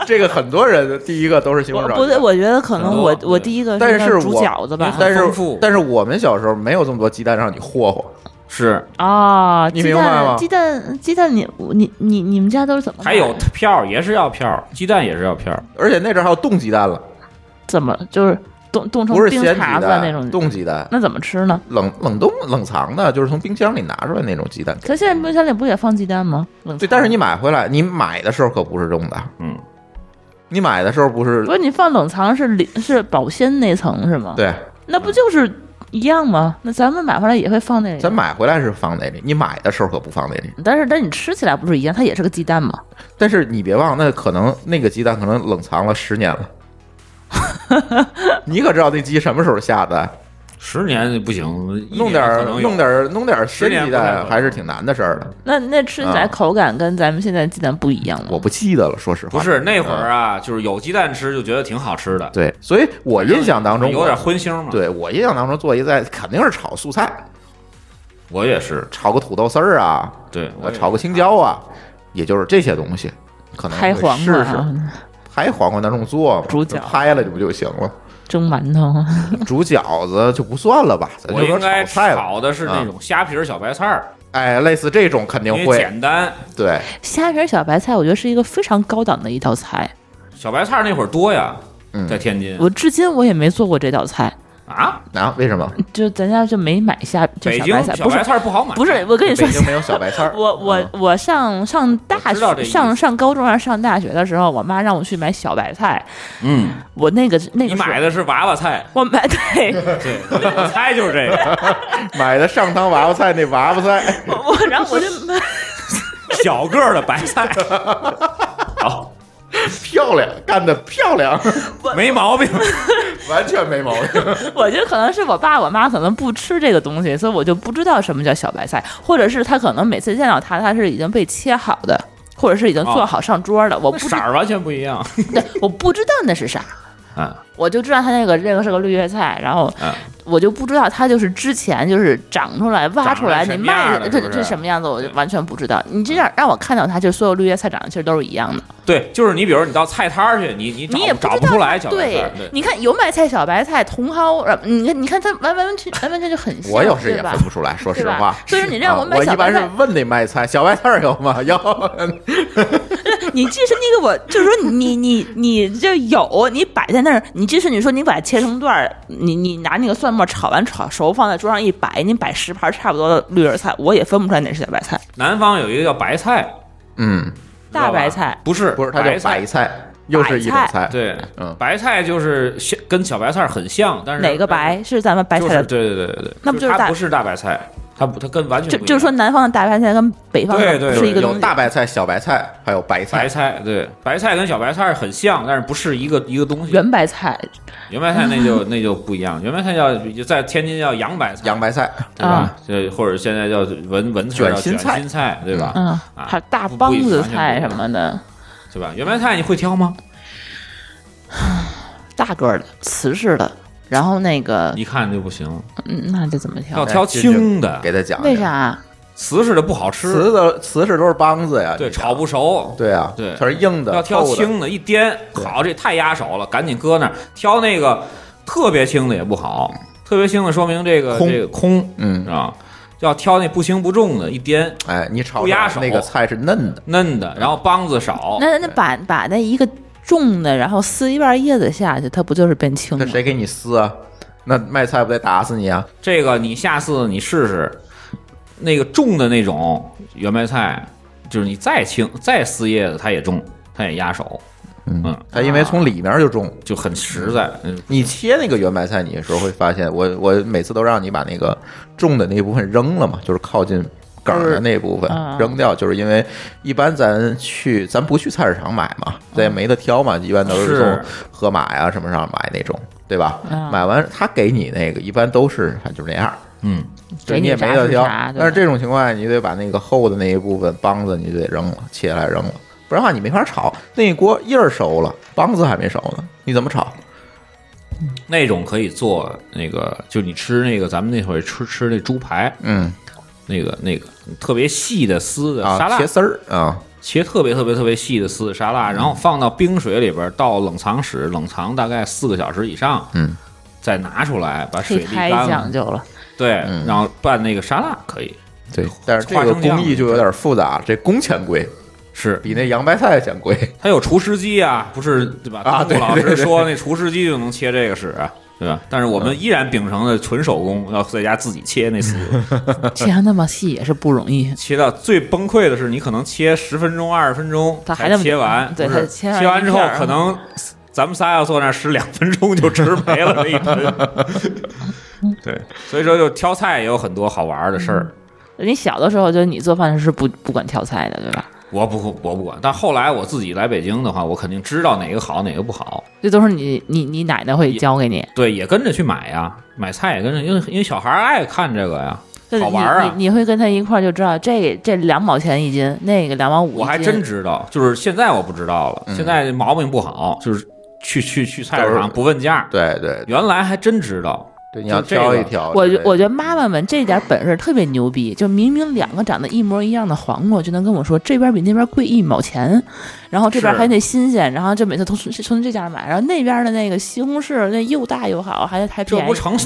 Speaker 3: 这个很多人啊第一个都是西红柿
Speaker 4: 我
Speaker 3: 炒
Speaker 4: 不
Speaker 3: 鸡
Speaker 4: 对，
Speaker 3: 蛋。
Speaker 4: 我觉得可能我
Speaker 5: 很多
Speaker 4: 我第一个
Speaker 3: 啊但
Speaker 4: 是
Speaker 3: 是
Speaker 4: 要煮
Speaker 3: 我
Speaker 4: 饺子吧
Speaker 5: 很
Speaker 3: 但
Speaker 5: 丰
Speaker 3: 是
Speaker 5: 富
Speaker 3: 但是我们小时候没有这么多鸡蛋让你霍霍，
Speaker 5: 是
Speaker 4: 啊，
Speaker 3: 你
Speaker 4: 鸡
Speaker 3: 明白吗
Speaker 4: 蛋鸡蛋鸡蛋，你你你你们家都是怎么买
Speaker 5: 还
Speaker 4: 的？
Speaker 5: 有票儿也是要票儿，鸡蛋也是要票儿，
Speaker 3: 而且那阵儿还有冻鸡蛋了，
Speaker 4: 怎么就是冻冻成
Speaker 3: 不是
Speaker 4: 冰
Speaker 3: 咸鸡
Speaker 4: 碴子那
Speaker 3: 蛋，
Speaker 4: 种？
Speaker 3: 冻鸡蛋，
Speaker 4: 那怎么吃呢？
Speaker 3: 冷冷冻冷藏的，就是从冰箱里拿出来那种鸡蛋。
Speaker 4: 可现在冰箱里不也放鸡蛋吗？冷
Speaker 3: 对，
Speaker 4: 藏
Speaker 3: 但是你买回来，你买的时候可不是冻的，
Speaker 5: 嗯，
Speaker 3: 你买的时候不是
Speaker 4: 不是你放冷藏是里是保鲜那层是吗？，
Speaker 3: 对，
Speaker 4: 那不就是一样吗？那咱们买回来也会放那里，
Speaker 3: 咱买回来是放那里，你买的时候可不放那里。
Speaker 4: 但是但你吃起来不是一样，它也是个鸡蛋嘛。
Speaker 3: 但是你别忘，那可能那个鸡蛋可能冷藏了十年 了，你可知道那鸡什么时候下的？
Speaker 5: 十年不行，一
Speaker 3: 弄
Speaker 5: 年
Speaker 3: 点儿
Speaker 5: 可能有
Speaker 3: 弄点儿弄点儿鲜
Speaker 5: 十年
Speaker 3: 鸡
Speaker 5: 不太可
Speaker 3: 蛋
Speaker 5: 能
Speaker 3: 还是挺难的事儿的。
Speaker 4: 那那吃起来
Speaker 3: 啊
Speaker 4: 口感跟咱们现在鸡蛋不一样了。
Speaker 3: 我不记得了，说实话。
Speaker 5: 不是那会儿
Speaker 3: 啊，
Speaker 5: 啊，就是有鸡蛋吃就觉得挺好吃的，
Speaker 3: 对，所以我印象当中
Speaker 5: 有点。荤腥嘛。，
Speaker 3: 对我印象当中做一菜肯定是炒素菜，
Speaker 5: 我也是，
Speaker 3: 炒个土豆丝儿啊，
Speaker 5: 对
Speaker 3: 呃，炒个青椒啊，也就是这些东西，可能
Speaker 4: 拍
Speaker 3: 会
Speaker 4: 黄瓜
Speaker 3: 试试
Speaker 4: 啊、
Speaker 3: 拍黄瓜那种做嘛，
Speaker 4: 煮饺
Speaker 3: 拍了就不就行 了？
Speaker 4: 蒸馒头啊，
Speaker 3: 煮饺子就不算了吧，咱
Speaker 5: 我
Speaker 3: 就说
Speaker 5: 应
Speaker 3: 炒
Speaker 5: 该
Speaker 3: 菜吧。
Speaker 5: 炒的是那种虾皮儿小白菜儿，
Speaker 3: 哎，类似这种肯定
Speaker 5: 因为
Speaker 3: 会，
Speaker 5: 简单。
Speaker 3: 对，
Speaker 4: 虾仁小白菜，我觉得是一个非常高档的一道菜。
Speaker 5: 小白菜儿那会儿多呀，
Speaker 3: 嗯
Speaker 5: 在天津
Speaker 4: 我至今我也没做过这道菜，
Speaker 5: 啊，
Speaker 3: 啊，为什么？
Speaker 4: 就咱家就没买虾，就
Speaker 5: 北
Speaker 4: 小
Speaker 5: 京
Speaker 4: 白菜，
Speaker 5: 小
Speaker 4: 不
Speaker 5: 白
Speaker 4: 是
Speaker 5: 菜儿不好买，
Speaker 4: 不是，我跟你说
Speaker 3: 北，京没有小白菜儿，
Speaker 4: 我我
Speaker 3: 嗯
Speaker 4: 我上上大
Speaker 5: 我知道这
Speaker 4: 学
Speaker 5: 意思
Speaker 4: 上上高中还是上大学的时候，我妈让我去买小白菜，
Speaker 5: 嗯，
Speaker 4: 我那个那
Speaker 5: 你
Speaker 4: 个
Speaker 5: 买
Speaker 4: 的，
Speaker 5: 的是娃娃菜，
Speaker 4: 我买对，
Speaker 5: 对， 我猜就是这 个
Speaker 3: 买的上汤娃娃菜那娃娃菜，
Speaker 4: 我我然后我就买，
Speaker 5: 小个儿的白 菜，好，
Speaker 3: 漂亮，干得 漂亮，
Speaker 5: 没毛病。
Speaker 3: 完全没毛病。
Speaker 4: 我觉得可能是我爸我妈可能不吃这个东西，所以我就不知道什么叫小白菜，或者是他可能每次见到它，它是已经被切好的，或者是已经
Speaker 5: 哦
Speaker 4: 做好上桌的，我不 知
Speaker 5: 色儿完全不一样。
Speaker 4: 对，我不知道那是啥，
Speaker 5: 啊，
Speaker 4: 我就知道它那个这个是个绿叶菜，然后
Speaker 5: 嗯
Speaker 4: 我就不知道它就是之前就是长出来挖
Speaker 5: 长
Speaker 4: 出来
Speaker 5: 成
Speaker 4: 你
Speaker 5: 什么样
Speaker 4: 卖
Speaker 5: 了
Speaker 4: 这
Speaker 5: 是不
Speaker 4: 这
Speaker 5: 是嗯
Speaker 4: 什么样子，我就完全不知道。你这样让我看到它，就是所有绿叶菜长得其实都是一样的，
Speaker 5: 对，就是你，比如你到菜摊儿去，你你找
Speaker 4: 你也不知
Speaker 5: 找
Speaker 4: 道
Speaker 5: 不出来小白菜
Speaker 4: 对
Speaker 5: 儿，，对，
Speaker 4: 你看油麦菜、小白菜、茼蒿，呃你看你看它完完全完完全就 很 像，
Speaker 3: 我有时也
Speaker 4: 对吧
Speaker 3: 分不出来，说
Speaker 4: 对
Speaker 3: 实
Speaker 4: 吧
Speaker 3: 话。
Speaker 4: 所以说你让
Speaker 3: 啊
Speaker 4: 我
Speaker 3: 我
Speaker 4: 买小
Speaker 3: 一般
Speaker 4: 白
Speaker 3: 是
Speaker 4: 菜，
Speaker 3: 问那卖菜，小白菜儿有吗？ 有，
Speaker 4: 你即使你给我，就是说你你你你这有，你摆在那儿，你即使你说你把它切成段儿，你你拿那个蒜末炒完炒熟放在桌上一摆，你摆十盘差不多的绿叶菜，我也分不出来哪是小白菜，
Speaker 5: 南方有一个叫白菜，
Speaker 3: 嗯，
Speaker 5: 知道
Speaker 4: 大
Speaker 5: 吧
Speaker 4: 白菜。
Speaker 5: 不是
Speaker 3: 不是，它叫
Speaker 5: 白菜，
Speaker 3: 白菜，又是一种
Speaker 4: 白菜
Speaker 3: 菜，
Speaker 5: 对，
Speaker 3: 嗯
Speaker 5: 白菜就是像跟小白菜儿很像，但是
Speaker 4: 哪个白是咱们白
Speaker 5: 就
Speaker 4: 菜
Speaker 5: 是
Speaker 4: 的？
Speaker 5: 对对对对对，
Speaker 4: 那不
Speaker 5: 就
Speaker 4: 就是
Speaker 5: 它
Speaker 4: 大
Speaker 5: 不是大白菜，它不它跟完全
Speaker 4: 就
Speaker 5: 不一
Speaker 4: 就是说，
Speaker 5: 样
Speaker 4: 南方的大白菜跟北方
Speaker 5: 对对
Speaker 4: 的
Speaker 5: 对
Speaker 4: 是一个东
Speaker 3: 有
Speaker 4: 西。
Speaker 3: 大白菜、小白菜，还有白
Speaker 5: 白
Speaker 3: 菜。
Speaker 5: 菜对白菜跟小白菜儿很像，但是不是一个一个东西。
Speaker 4: 圆白菜
Speaker 5: 圆白菜那 就那就不一样，圆白菜叫在天津叫洋白菜，
Speaker 3: 洋白菜，
Speaker 5: 对吧？这或者现在叫文文词儿叫
Speaker 3: 卷心
Speaker 5: 卷
Speaker 3: 菜
Speaker 5: 心菜，对吧？
Speaker 4: 嗯，
Speaker 5: 啊
Speaker 4: 还有大
Speaker 5: 不不
Speaker 4: 帮
Speaker 5: 一
Speaker 4: 子
Speaker 5: 完全不
Speaker 4: 菜
Speaker 5: 一
Speaker 4: 什
Speaker 5: 样
Speaker 4: 么的，
Speaker 5: 对吧？圆白菜你会挑吗？
Speaker 4: 大个儿的、瓷式的，然后那个
Speaker 5: 一看就不行，
Speaker 4: 嗯，那得怎么
Speaker 5: 要
Speaker 4: 挑？
Speaker 5: 挑青的，
Speaker 3: 哎给他讲讲。
Speaker 4: 为啥？啊
Speaker 5: 瓷式的不好吃，
Speaker 3: 瓷的瓷是都是帮子呀，
Speaker 5: 对，
Speaker 3: 你想
Speaker 5: 炒不熟。
Speaker 3: 对啊，
Speaker 5: 对
Speaker 3: 它是硬的，
Speaker 5: 要挑
Speaker 3: 透的，
Speaker 5: 青的，一颠，
Speaker 3: 对
Speaker 5: 好，这太压手了，赶紧搁那儿。挑那个特别轻的也不好，特别轻的说明这个
Speaker 3: 空
Speaker 5: 这个空
Speaker 3: 嗯，
Speaker 5: 啊。要挑那不轻不重的，一颠
Speaker 3: 哎，你炒
Speaker 5: 不压手
Speaker 3: 那个菜是嫩的，
Speaker 5: 嫩
Speaker 3: 嗯
Speaker 5: 的，然后帮子少。
Speaker 4: 那那把把那一个重的，然后撕一半叶子下去，它不就是变轻
Speaker 3: 那
Speaker 4: 了？
Speaker 3: 谁给你撕啊？那卖菜不得打死你啊？
Speaker 5: 这个你下次你试试，那个重的那种圆白菜，就是你再轻再撕叶子，它也重，它也压手，嗯，
Speaker 3: 它因为从里面就重。
Speaker 5: 就很实在。嗯，
Speaker 3: 你切那个圆白菜，你的时候会发现，我我每次都让你把那个重的那部分扔了嘛，就是靠近梗儿的那部分
Speaker 4: 嗯
Speaker 3: 扔掉，就是因为一般咱去咱不去菜市场买嘛，咱也
Speaker 4: 嗯
Speaker 3: 没得挑嘛，一般都是从
Speaker 5: 是
Speaker 3: 盒马呀什么上买那种，对吧？
Speaker 4: 嗯
Speaker 3: 买完他给你那个一般都是反正就是那样，
Speaker 5: 嗯，
Speaker 4: 给
Speaker 3: 你也
Speaker 4: 啥
Speaker 3: 没得
Speaker 4: 是
Speaker 3: 挑
Speaker 4: 啥。对
Speaker 3: 但是
Speaker 4: 吧
Speaker 3: 这种情况下，你得把那个厚的那一部分梆子，你就得扔了，切下来扔了，不然的话你没法炒。那一锅叶儿熟了，梆子还没熟呢，你怎么炒？
Speaker 5: 那种可以做那个，就你吃那个，咱们那会儿吃吃那猪排，
Speaker 3: 嗯
Speaker 5: 呃那个那个特别细的丝的沙
Speaker 3: 啊，
Speaker 5: 拉
Speaker 3: 切，丝儿啊，
Speaker 5: 切特别特别特别细的丝沙拉，
Speaker 3: 嗯
Speaker 5: 然后放到冰水里边，到冷藏室冷藏大概四个小时以上，
Speaker 3: 嗯，
Speaker 5: 再拿出来把
Speaker 4: 这
Speaker 5: 水沥
Speaker 4: 太
Speaker 5: 干
Speaker 4: 讲
Speaker 5: 了，
Speaker 4: 究 了，
Speaker 5: 对，
Speaker 3: 嗯
Speaker 5: 然后拌那个沙拉可以，
Speaker 3: 对，但是这
Speaker 5: 花
Speaker 3: 个
Speaker 5: 生酱
Speaker 3: 工艺就有点复杂，这工钱贵，
Speaker 5: 是
Speaker 3: 比那洋白菜钱贵。
Speaker 5: 它有厨师机啊，不是对吧？
Speaker 3: 啊
Speaker 5: 杜
Speaker 3: 对
Speaker 5: 牧老
Speaker 3: 对
Speaker 5: 师
Speaker 3: 对
Speaker 5: 说那厨师机就能切这个屎，对吧？但是我们依然秉承了纯手工，要在家自己切那丝，
Speaker 4: 切得那么细也是不容易。
Speaker 5: 切到最崩溃的是，你可能切十分钟、二十分钟，
Speaker 4: 它还
Speaker 5: 才
Speaker 4: 那么
Speaker 5: 切完，
Speaker 4: 对
Speaker 5: 不是
Speaker 4: 它切完
Speaker 5: 切完之后
Speaker 4: 一片儿
Speaker 5: 可能。咱们仨要坐那儿十两分钟就吃没了那一 盆，对，所以说就挑菜也有很多好玩的事儿。
Speaker 4: 嗯你小的时候就是你做饭是不不管挑菜的，对吧？
Speaker 5: 我不我不管，但后来我自己来北京的话，我肯定知道哪个好哪个不好。
Speaker 4: 这都是你你你奶奶会教给你，
Speaker 5: 对，也跟着去买呀，买菜也跟着，因为因为小孩儿爱看这个呀，
Speaker 4: 就是
Speaker 5: 好
Speaker 4: 你
Speaker 5: 玩儿啊
Speaker 4: 你。你会跟他一块儿就知道这这两毛钱一斤，那个两毛五一斤。
Speaker 5: 我还真知道，就是现在我不知道了，
Speaker 3: 嗯
Speaker 5: 现在毛病不好，就是去去去菜市
Speaker 3: 就是
Speaker 5: 场不问价。
Speaker 3: 对对
Speaker 5: 原来还真知道，
Speaker 3: 对，你要
Speaker 5: 就这个
Speaker 3: 挑一挑之
Speaker 4: 我
Speaker 3: 类
Speaker 4: 觉
Speaker 3: 的。
Speaker 4: 我觉得妈妈们这点本事特别牛逼，就明明两个长得一模一样的黄瓜，就能跟我说这边比那边贵一毛钱，然后这边
Speaker 5: 是
Speaker 4: 还得新鲜，然后就每次都从从这家买，然后那边的那个西红柿那又大又好，还还
Speaker 5: 这
Speaker 4: 便
Speaker 5: 不
Speaker 4: 宜。
Speaker 5: 成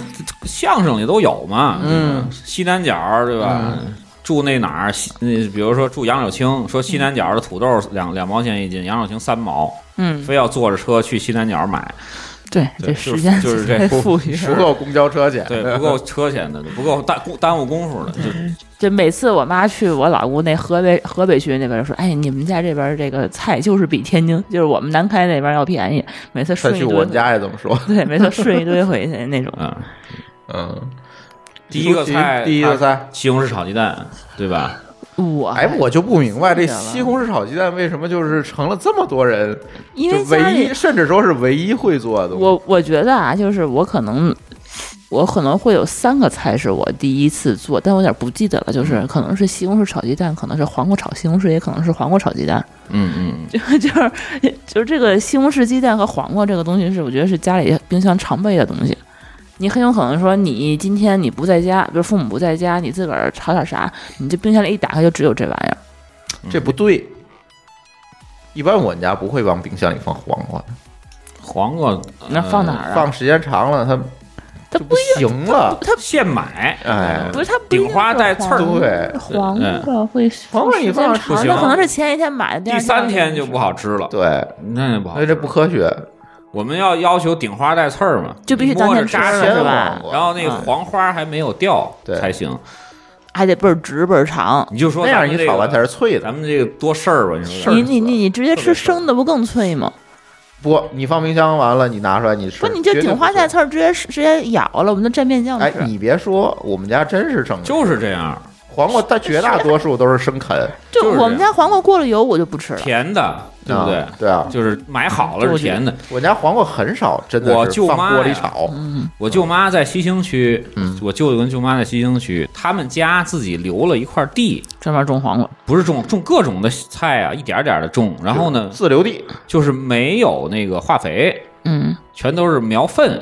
Speaker 5: 相声里都有嘛？嗯，西南角儿对吧？
Speaker 4: 嗯
Speaker 5: 住那哪儿？西那比如说住杨柳青，说西南角儿的土豆儿两两毛钱一斤，杨柳青三毛，
Speaker 4: 嗯，
Speaker 5: 非要坐着车去西南角儿买，
Speaker 4: 对，
Speaker 5: 对
Speaker 4: 这
Speaker 5: 就是
Speaker 4: 时间
Speaker 5: 就是这
Speaker 4: 太
Speaker 5: 不
Speaker 4: 富裕啊了。
Speaker 3: 不够公交车钱，
Speaker 5: 对，不够车钱的，不够耽耽误功夫的，就
Speaker 4: 就每次我妈去我老姑那河北河北区那边就说，哎，你们家这边这个菜就是比天津，就是我们南开那边要便宜。每次
Speaker 3: 再
Speaker 4: 顺一
Speaker 3: 去
Speaker 4: 堆，
Speaker 3: 我们家也这么说。
Speaker 4: 对，每次顺一堆回去 那种。
Speaker 5: 嗯。
Speaker 3: 嗯，
Speaker 5: 第一个菜，
Speaker 3: 第一个菜，
Speaker 5: 西红柿炒鸡蛋，对吧？
Speaker 4: 我
Speaker 3: 哎，我就不明白这
Speaker 4: 是啊
Speaker 3: 西红柿炒鸡蛋为什么就是成了这么多人，
Speaker 4: 因
Speaker 3: 就
Speaker 4: 为家
Speaker 3: 唯
Speaker 4: 里
Speaker 3: 一，甚至说是唯一会做的东西。
Speaker 4: 我我觉得啊，就是我可能。我可能会有三个菜是我第一次做，但我有点不记得了，就是可能是西红柿炒鸡蛋，可能是黄瓜炒西红柿，也可能是黄瓜炒鸡蛋。
Speaker 5: 嗯嗯，
Speaker 4: 就就是就是这个西红柿鸡蛋和黄瓜这个东西是，我觉得是家里冰箱常备的东西。你很有可能说，你今天你不在家，比如父母不在家，你自个儿炒点啥，你这冰箱里一打开就只有这玩意儿。
Speaker 3: 这不对。一般我们家不会往冰箱里放黄瓜，
Speaker 5: 黄瓜
Speaker 4: 那放
Speaker 5: 呃
Speaker 4: 哪？儿啊？
Speaker 3: 放时间长了它
Speaker 4: 它
Speaker 3: 就不行了。
Speaker 5: 呃现买，
Speaker 3: 哎
Speaker 4: 不是它不
Speaker 5: 顶
Speaker 4: 一定
Speaker 5: 花
Speaker 4: 是
Speaker 5: 带
Speaker 4: 黄
Speaker 5: 刺儿
Speaker 3: 对
Speaker 4: 黄
Speaker 5: 嗯
Speaker 4: 瓜会
Speaker 3: 黄瓜你
Speaker 4: 时间
Speaker 3: 放
Speaker 4: 长
Speaker 5: 不行
Speaker 4: 那可能是前一天买的，第
Speaker 5: 啊第
Speaker 4: 二
Speaker 5: 三
Speaker 4: 就
Speaker 5: 天
Speaker 4: 没
Speaker 5: 就
Speaker 4: 吃
Speaker 5: 不好吃了，
Speaker 3: 对，哎
Speaker 5: 那就不好
Speaker 3: 那
Speaker 5: 吃。
Speaker 3: 这不科学。
Speaker 5: 我们要要求顶花带刺儿嘛，
Speaker 4: 就必须
Speaker 5: 你摸
Speaker 4: 当
Speaker 5: 着
Speaker 4: 天吃
Speaker 5: 扎
Speaker 4: 了
Speaker 5: 实
Speaker 3: 鲜
Speaker 4: 是
Speaker 3: 黄
Speaker 4: 吧？嗯
Speaker 3: 瓜
Speaker 5: 然后那个黄花还没有掉
Speaker 3: 对
Speaker 5: 才行。
Speaker 4: 还得倍儿直倍儿长。
Speaker 5: 你就说
Speaker 3: 那样
Speaker 5: 咱们
Speaker 3: 一
Speaker 5: 这个
Speaker 3: 炒完才是脆的
Speaker 5: 咱。们这个多事儿吧，你说
Speaker 4: 你你你你直接
Speaker 5: 特别
Speaker 4: 吃生的不更脆吗？
Speaker 3: 不，你放冰箱完了，你拿出来你吃，
Speaker 4: 不，你就
Speaker 3: 绝对
Speaker 4: 顶花
Speaker 3: 脆
Speaker 4: 带。刺儿直接直接咬了，我们都蘸面酱
Speaker 3: 哎
Speaker 4: 吃，。
Speaker 3: 你别说，我们家真是正的，
Speaker 5: 就是这啊样，
Speaker 3: 黄瓜大绝大多数都是生啃，
Speaker 4: 就
Speaker 5: 就是
Speaker 4: 我们
Speaker 5: 这
Speaker 4: 家黄瓜过了油我就不吃了。
Speaker 5: 甜的， 对不对
Speaker 3: 啊？对啊，
Speaker 5: 就是买
Speaker 4: 嗯
Speaker 5: 好了是甜的。
Speaker 3: 我家黄瓜很少，真的
Speaker 5: 我
Speaker 3: 是
Speaker 5: 舅
Speaker 3: 放
Speaker 5: 妈
Speaker 3: 锅里
Speaker 5: 呀
Speaker 3: 炒。
Speaker 4: 嗯，
Speaker 5: 我舅妈在西兴区，
Speaker 3: 嗯
Speaker 5: 我舅舅跟舅妈在西兴区，他们家自己留了一块地，
Speaker 4: 专门种黄瓜，
Speaker 5: 不是种种各种的菜啊，一点儿点的种，然后呢，
Speaker 3: 自留地，
Speaker 5: 就是没有那个化肥，
Speaker 4: 嗯，
Speaker 5: 全都是苗粪，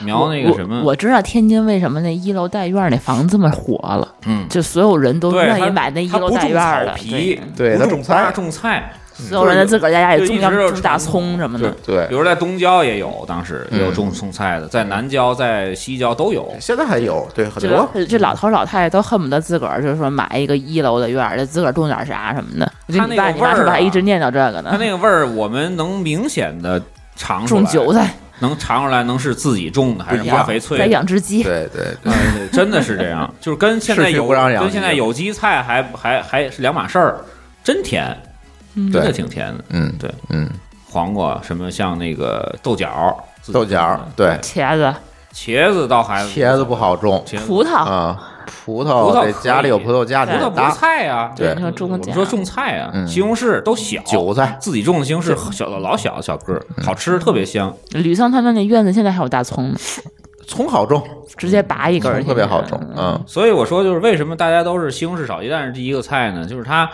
Speaker 5: 苗那个
Speaker 4: 我
Speaker 5: 什么，
Speaker 4: 我知道天津为什么那一楼带院儿那房这么火了，
Speaker 5: 嗯，
Speaker 4: 就所有人都
Speaker 5: 对
Speaker 4: 愿
Speaker 5: 它
Speaker 4: 意买那一
Speaker 5: 它
Speaker 4: 楼
Speaker 5: 不
Speaker 4: 带
Speaker 5: 种
Speaker 4: 院儿
Speaker 5: 草
Speaker 4: 的，
Speaker 5: 皮，
Speaker 3: 对它
Speaker 5: 不种
Speaker 3: 种菜
Speaker 5: 种菜，
Speaker 4: 所有人在自个儿在家
Speaker 5: 就
Speaker 4: 里
Speaker 5: 一
Speaker 4: 种
Speaker 5: 直
Speaker 4: 洋
Speaker 5: 就是
Speaker 4: 种大
Speaker 5: 成
Speaker 4: 葱什么的
Speaker 5: 对，
Speaker 3: 对
Speaker 5: 比，如在东郊也有，当时
Speaker 4: 嗯
Speaker 5: 也有种种菜的，在南郊、在西郊都有，
Speaker 3: 现在还有，对，很
Speaker 4: 这
Speaker 3: 多。
Speaker 4: 老这老头老太太都恨不得自个儿就是说买一个一楼的院儿，再自个儿种点啥什么的。我觉得
Speaker 5: 他
Speaker 4: 你
Speaker 5: 那
Speaker 4: 爸
Speaker 5: 个
Speaker 4: 你妈
Speaker 5: 味儿
Speaker 4: 是不是还
Speaker 5: 啊
Speaker 4: 一直念叨这个
Speaker 5: 它
Speaker 4: 呢？
Speaker 5: 那个味儿我们能明显的尝出
Speaker 4: 种
Speaker 5: 来，
Speaker 4: 韭菜，
Speaker 5: 能尝出来，能是自己种的还是
Speaker 3: 不一样
Speaker 5: 啊化肥萃
Speaker 4: 再
Speaker 5: 的。
Speaker 4: 养只鸡，
Speaker 3: 对对对，
Speaker 5: 哎对真的是这样，就是跟现在
Speaker 3: 市区
Speaker 5: 有
Speaker 3: 不让养
Speaker 5: 跟现在有机菜还还还是两码事儿，真甜，真的
Speaker 3: 对
Speaker 5: 挺甜的。
Speaker 3: 嗯，
Speaker 5: 对，
Speaker 3: 嗯，
Speaker 5: 黄瓜什么像那个豆角，自己啊
Speaker 3: 豆角，对，
Speaker 4: 茄子、
Speaker 5: 茄子倒还
Speaker 3: 茄子不好种
Speaker 5: 茄子
Speaker 4: 葡萄，
Speaker 3: 啊，葡
Speaker 5: 葡
Speaker 3: 萄
Speaker 5: 萄
Speaker 3: 得
Speaker 5: 可
Speaker 3: 家里有
Speaker 5: 以
Speaker 3: 葡萄架，
Speaker 5: 葡
Speaker 3: 你
Speaker 5: 萄
Speaker 3: 得
Speaker 5: 不是
Speaker 3: 搭
Speaker 5: 菜啊，
Speaker 3: 对
Speaker 4: 你说种
Speaker 5: 我
Speaker 4: 个
Speaker 5: 们
Speaker 4: 假
Speaker 5: 说种菜啊，
Speaker 3: 嗯
Speaker 5: 西红柿都小，
Speaker 3: 韭嗯菜，
Speaker 5: 自己种的西红柿小的老小小个儿，好吃，特别香。
Speaker 4: 吕桑他们那院子现在还有大葱呢，
Speaker 3: 葱好种，
Speaker 4: 直接拔一根儿
Speaker 3: 葱
Speaker 4: 去，
Speaker 3: 特别好种，嗯，
Speaker 5: 所以我说，就是为什么大家都是西红柿炒鸡蛋是第一个菜呢？就是它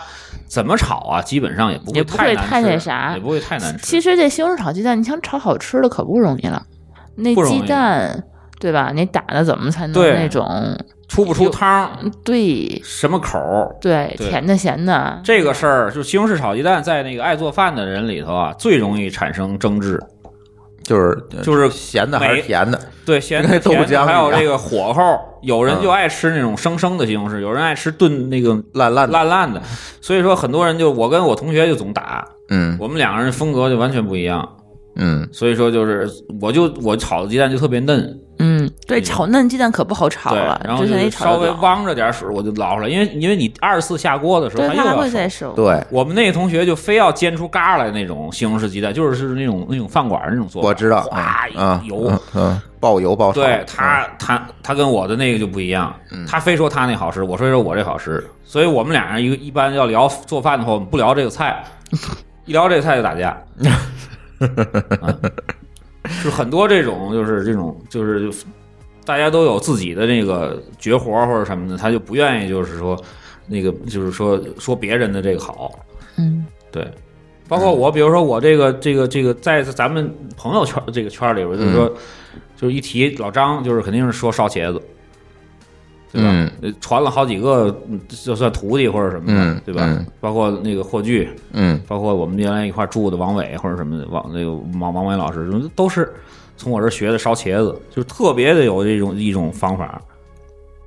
Speaker 5: 怎么炒啊，基本上也不
Speaker 4: 也不
Speaker 5: 太
Speaker 4: 会
Speaker 5: 难
Speaker 4: 太
Speaker 5: 吃
Speaker 4: 那啥
Speaker 5: 也不会太难吃。
Speaker 4: 其实这西红柿炒鸡蛋，你想炒好吃的可不容易了。那
Speaker 5: 不容易
Speaker 4: 鸡蛋对吧？你打的怎么才能
Speaker 5: 对
Speaker 4: 那种
Speaker 5: 出不出汤，
Speaker 4: 对
Speaker 5: 什么口儿，
Speaker 4: 对
Speaker 5: 对
Speaker 4: 甜的咸的？
Speaker 5: 这个事儿就西红柿炒鸡蛋在那个爱做饭的人里头啊，最容易产生争执。
Speaker 3: 就是呃
Speaker 5: 就是
Speaker 3: 咸的还是
Speaker 5: 没
Speaker 3: 甜的，
Speaker 5: 对，咸
Speaker 3: 跟那
Speaker 5: 的
Speaker 3: 豆
Speaker 5: 甜的，
Speaker 3: 浆
Speaker 5: 还
Speaker 3: 一
Speaker 5: 有
Speaker 3: 样
Speaker 5: 这个火候，有人就爱吃那种生生的西红柿，有人爱吃炖那个
Speaker 3: 烂烂的，
Speaker 5: 烂烂的，所以说很多人就我跟我同学就总打，
Speaker 3: 嗯
Speaker 5: 我们两个人风格就完全不一样，
Speaker 3: 嗯，
Speaker 5: 所以说就是我就我炒的鸡蛋就特别嫩，
Speaker 4: 嗯，对，
Speaker 5: 嗯
Speaker 4: 炒嫩鸡蛋可不好炒
Speaker 5: 对
Speaker 4: 了，，
Speaker 5: 然后
Speaker 4: 之
Speaker 5: 就
Speaker 4: 前一
Speaker 5: 是
Speaker 4: 炒
Speaker 5: 稍
Speaker 4: 就
Speaker 5: 微
Speaker 4: 老
Speaker 5: 汪着点水我就捞出来，因为因为你二次下锅的时候
Speaker 4: 对，
Speaker 5: 它
Speaker 4: 它
Speaker 5: 又
Speaker 4: 还
Speaker 5: 要
Speaker 4: 会
Speaker 5: 熟
Speaker 4: 再熟。
Speaker 3: 对，
Speaker 5: 我们那个同学就非要煎出嘎来那种西红柿鸡蛋，就是是那种那种饭馆那种做法，
Speaker 3: 我知道，
Speaker 5: 哗
Speaker 3: 嗯
Speaker 5: 一
Speaker 3: 嗯
Speaker 5: 油。
Speaker 3: 嗯嗯，嗯爆油爆炒，
Speaker 5: 对他，他他跟我的那个就不一样，他非说他那好吃，我说说我这好吃，所以我们俩人一个一般要聊做饭的话，我们不聊这个 菜，一聊这个菜就打架，啊就是很多这种就是这种就是大家都有自己的那个绝活或者什么的，他就不愿意就是说那个就是说说别人的这个好，
Speaker 4: 嗯，
Speaker 5: 对，包括我，比如说我这个这个这个，在咱们朋友圈这个圈里边，
Speaker 3: 嗯
Speaker 5: 就是说，就是一提老张，就是肯定是说烧茄子，对吧？
Speaker 3: 嗯
Speaker 5: 呃传了好几个，嗯就算徒弟或者什么的，
Speaker 3: 嗯
Speaker 5: 对吧？
Speaker 3: 嗯
Speaker 5: 包括那个霍炬，
Speaker 3: 嗯
Speaker 5: 包括我们原来一块住的王伟或者什么的，王那个王王伟老师，都是从我这儿学的烧茄子，就是特别的有这种一种方法。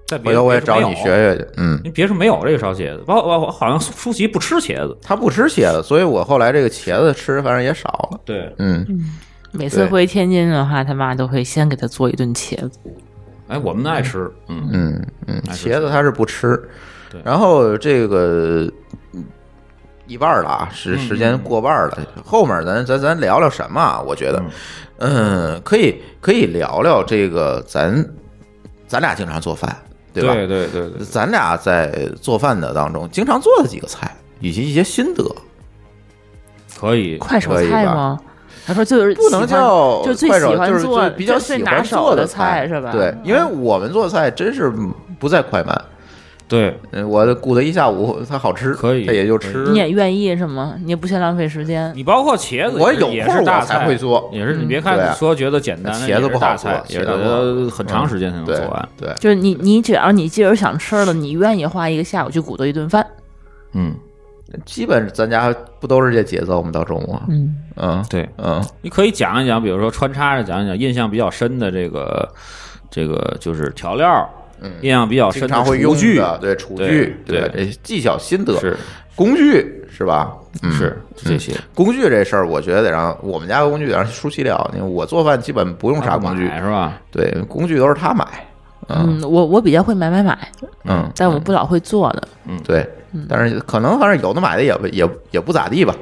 Speaker 5: 在别
Speaker 3: 回
Speaker 5: 的
Speaker 3: 头我也
Speaker 5: 别处没
Speaker 3: 找
Speaker 5: 有
Speaker 3: 你学，学去，嗯。
Speaker 5: 因为别处没有这个烧茄子，包括我好像舒淇不吃茄子，
Speaker 3: 他不吃茄子，所以我后来这个茄子吃反正也少了。
Speaker 5: 对。
Speaker 3: 嗯，
Speaker 4: 每次
Speaker 3: 对
Speaker 4: 回天津的话，他妈都会先给他做一顿茄子。
Speaker 5: 哎，我们爱吃，嗯嗯，
Speaker 3: 茄子他是不吃
Speaker 5: 对，
Speaker 3: 然后这个嗯一半儿了啊，时时间过半儿了，后面咱咱咱聊聊什么啊？我觉得，嗯，可以可以聊聊这个咱咱俩经常做饭，对吧？
Speaker 5: 对对对对，
Speaker 3: 咱俩在做饭的当中经常做的几个菜，以及一些心得，
Speaker 5: 可以。
Speaker 4: 快手
Speaker 3: 可以
Speaker 4: 菜
Speaker 3: 吧
Speaker 4: 吗？他说就是
Speaker 3: 不能
Speaker 4: 喜欢
Speaker 3: 叫
Speaker 4: 就最
Speaker 3: 快手
Speaker 4: 喜欢
Speaker 3: 就是
Speaker 4: 做
Speaker 3: 就是比较
Speaker 4: 最
Speaker 3: 喜
Speaker 4: 拿
Speaker 3: 欢
Speaker 4: 手
Speaker 3: 做
Speaker 4: 的
Speaker 3: 菜
Speaker 4: 是吧？嗯
Speaker 3: 对，因为我们做菜真是不在快慢，
Speaker 5: 对，
Speaker 3: 嗯，我鼓捣一下午，它好吃，
Speaker 5: 可以
Speaker 3: 它也就吃。
Speaker 4: 你也愿意是吗？你也不嫌浪费时间。
Speaker 5: 你包括茄子也是，
Speaker 3: 我有
Speaker 5: 也
Speaker 3: 空
Speaker 5: 是
Speaker 3: 我
Speaker 5: 大
Speaker 3: 才
Speaker 5: 菜
Speaker 3: 会做
Speaker 5: 也是你别
Speaker 3: 对
Speaker 5: 看
Speaker 3: 啊
Speaker 5: 说觉得简单，
Speaker 3: 茄子不好做
Speaker 5: 那也是大菜
Speaker 3: 茄子不好啊嗯
Speaker 5: 也是很长时间才能
Speaker 3: 对
Speaker 5: 做完。
Speaker 3: 对，
Speaker 4: 就是你，你只要你既然想吃了，你愿意花一个下午去鼓捣一顿饭，
Speaker 5: 嗯，
Speaker 3: 基本咱家不都是这节奏吗？到周末，
Speaker 4: 嗯，
Speaker 3: 嗯，
Speaker 5: 对，
Speaker 3: 嗯，
Speaker 5: 你可以讲一讲，比如说穿插着讲一讲印象比较深的这个这个就是调料，印象比较深
Speaker 3: 嗯经
Speaker 5: 的
Speaker 3: 常会
Speaker 5: 啊厨
Speaker 3: 用
Speaker 5: 具，
Speaker 3: 的，嗯对，厨具，
Speaker 5: 对
Speaker 3: 对，这技巧心得
Speaker 5: 是
Speaker 3: 工具是吧？嗯，
Speaker 5: 是这些
Speaker 3: 工具这事儿，我觉得得让我们家的工具得让舒淇聊。因为我做饭基本不用啥工具
Speaker 5: 买，是吧？
Speaker 3: 对，工具都是他买。嗯
Speaker 4: 嗯，我我比较会买买买，
Speaker 3: 嗯，
Speaker 4: 但我不老会做的。
Speaker 3: 对，
Speaker 4: 嗯
Speaker 3: 但是可能反正有的买的也不也也不咋地吧，